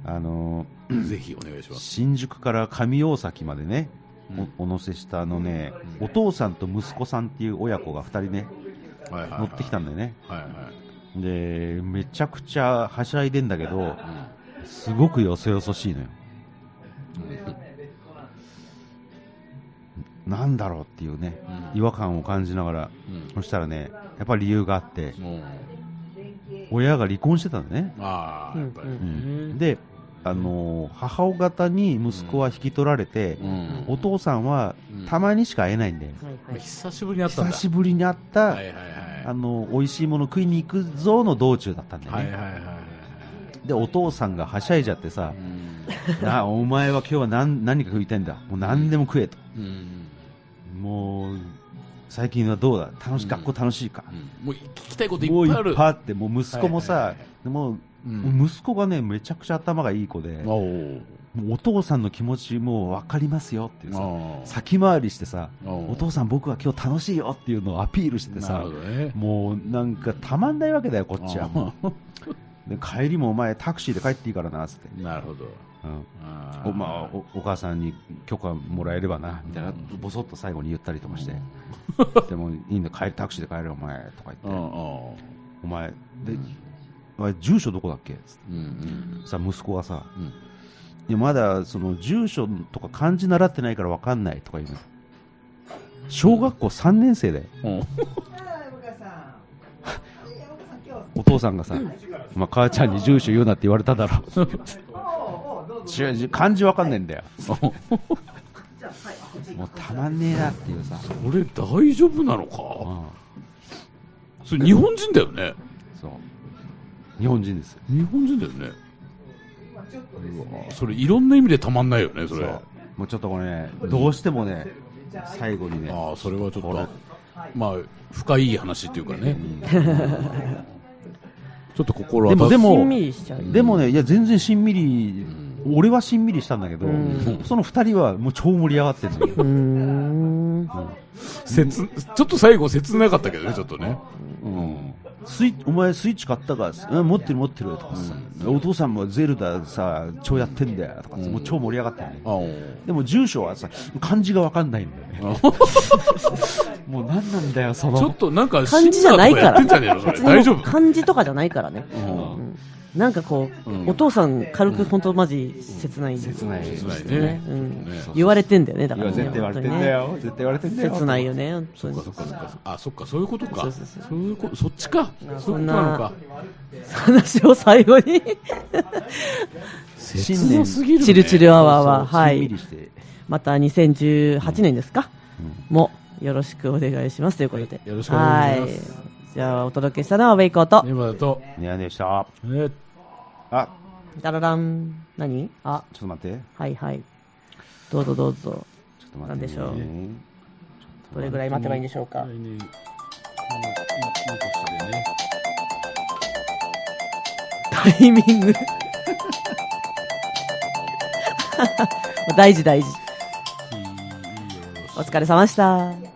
あの
はい、ぜひお願いします、
新宿から上大崎までね、
うん
おお乗せしたあのね、
うん
お父さんと息子さんっていう親子が2人ね
はいはいはい
乗ってきたんだよね
はいはい、
でめちゃくちゃはしゃいでんだけど
うん
すごくよそよそしいのよなんだろうっていうね違和感を感じながら
うん
そしたらねやっぱり理由があって
うんうん
親が離婚してたんだね、
ああやっぱり、
うん
うんで、あのー母親方に息子は引き取られて、
うん
お父さんは
うん
たまにしか会えないんだよ、
はい
まあ久しぶりに会ったんだ
久しぶりに会った、
はいはい
あ
は
のー美味しいもの食いに行くぞの道中だったんだよ
いは
ね、
いはいはいは
でお父さんがはしゃいじゃってさ
いうん
なお前は今日は何何か食いたいんだもう何でも食えと
うん
もう最近はどうだ楽し、
うん
学校楽しいか、
うんもう聞きたいことい
もう
っ
い
ぱいある
っぱいあってもう息子もさ、
はいはいはい
もう
うん
息子がねめちゃくちゃ頭がいい子で、
おー
もうお父さんの気持ちもう分かりますよっていうさ
あー
先回りしてさ
お
お父さん僕は今日楽しいよっていうのをアピールしてて
な
さ
るほどね
もうなんかたまんないわけだよこっちは
あー
もうで帰りもお前タクシーで帰っていいからなっつって、
なるほど
うん
あー
おまあ、おお母さんに許可もらえればなみたいな
うん
ボソッと最後に言ったりと かしてでもいいんだ帰りタクシーで帰れお前とか
う
言
んうん
ってお前でお前住所どこだっけつって
うんうん
さ息子がさ
うん
いやまだその住所とか漢字習ってないから分かんないとか言うの小学校3年生で
うん
お父さんがさ「まあ、母ちゃんに住所言うなって言われただろ」違う違う漢字分かんないんだよもうたまんねえなっていうさ、
これ大丈夫なの
う
か
ん
それ日本人だよね
そう日本人です
日本人だよねそれいろんな意味でたまんないよね、それ。
そうもうちょっとこれね、どうしてもね、最後にね、
ああ、それはちょっ
ことれ、
まあ、深い話っていうかね。 ちょっと心
でも
温
で
し
も
んみりしちゃう。
でもね、いや、全然しんみり、俺はしんみりしたんだけど、
うん
その二人はもう超盛り上がってるのよ
うーん。
切ちょっと最後切なかったけどね、ちょっとね。うん。
スイお前スイッチ買ったか、うん、持ってる持ってるとかさ、お父さんもゼルダさ、超やってんだよとかさ、もう超盛り上がってるね。
あ
でも住所はさ、漢字がわかんないんだよね。 もう何なんだよ、そ
ちょ
の
っ。となんか、
漢字じゃないか
やっ
ら。
てんじゃねえ の、それ。
別にもう
大丈夫。
漢字とかじゃないからね。
うん
なんかこう、お父さん軽く本当マジ切ないんです
切ないです
切
ね
ないね。
うん
ね
言われてんだよね、だ
い
か
や
らね。
絶対言われてんだよ。絶対言われてんだ
本当にね。切
よ。
ないよね、本当に。
そっかそっか。 あ、そっか、そういうこと
そ
か。
うそうそう
そういうこと、そっちか。
あ
そう
そ
いうこと
んな
なのか。
話を最後に。
新
強
年
すぎるね。
チルチルアワーは、
そう
は
しんみ
い
り。して
また2018年ですか、もよろしくお願いしますということで。
はいよろしくお願いします
はいじゃあ、お届けしたのはウェイコーと。
今だと。
いやでした。あ、
え
ダララン。何あ、
ちょっと待って。
はいはい。どうぞどうぞ。
ちょっと待
な
っ
ん
て、
でしょうどれぐらい待てばいいんでしょうか。
来年、あの、いいいい年でね。
タイミ ング。大事大事。
いいいいよろしく
お疲れ様でした。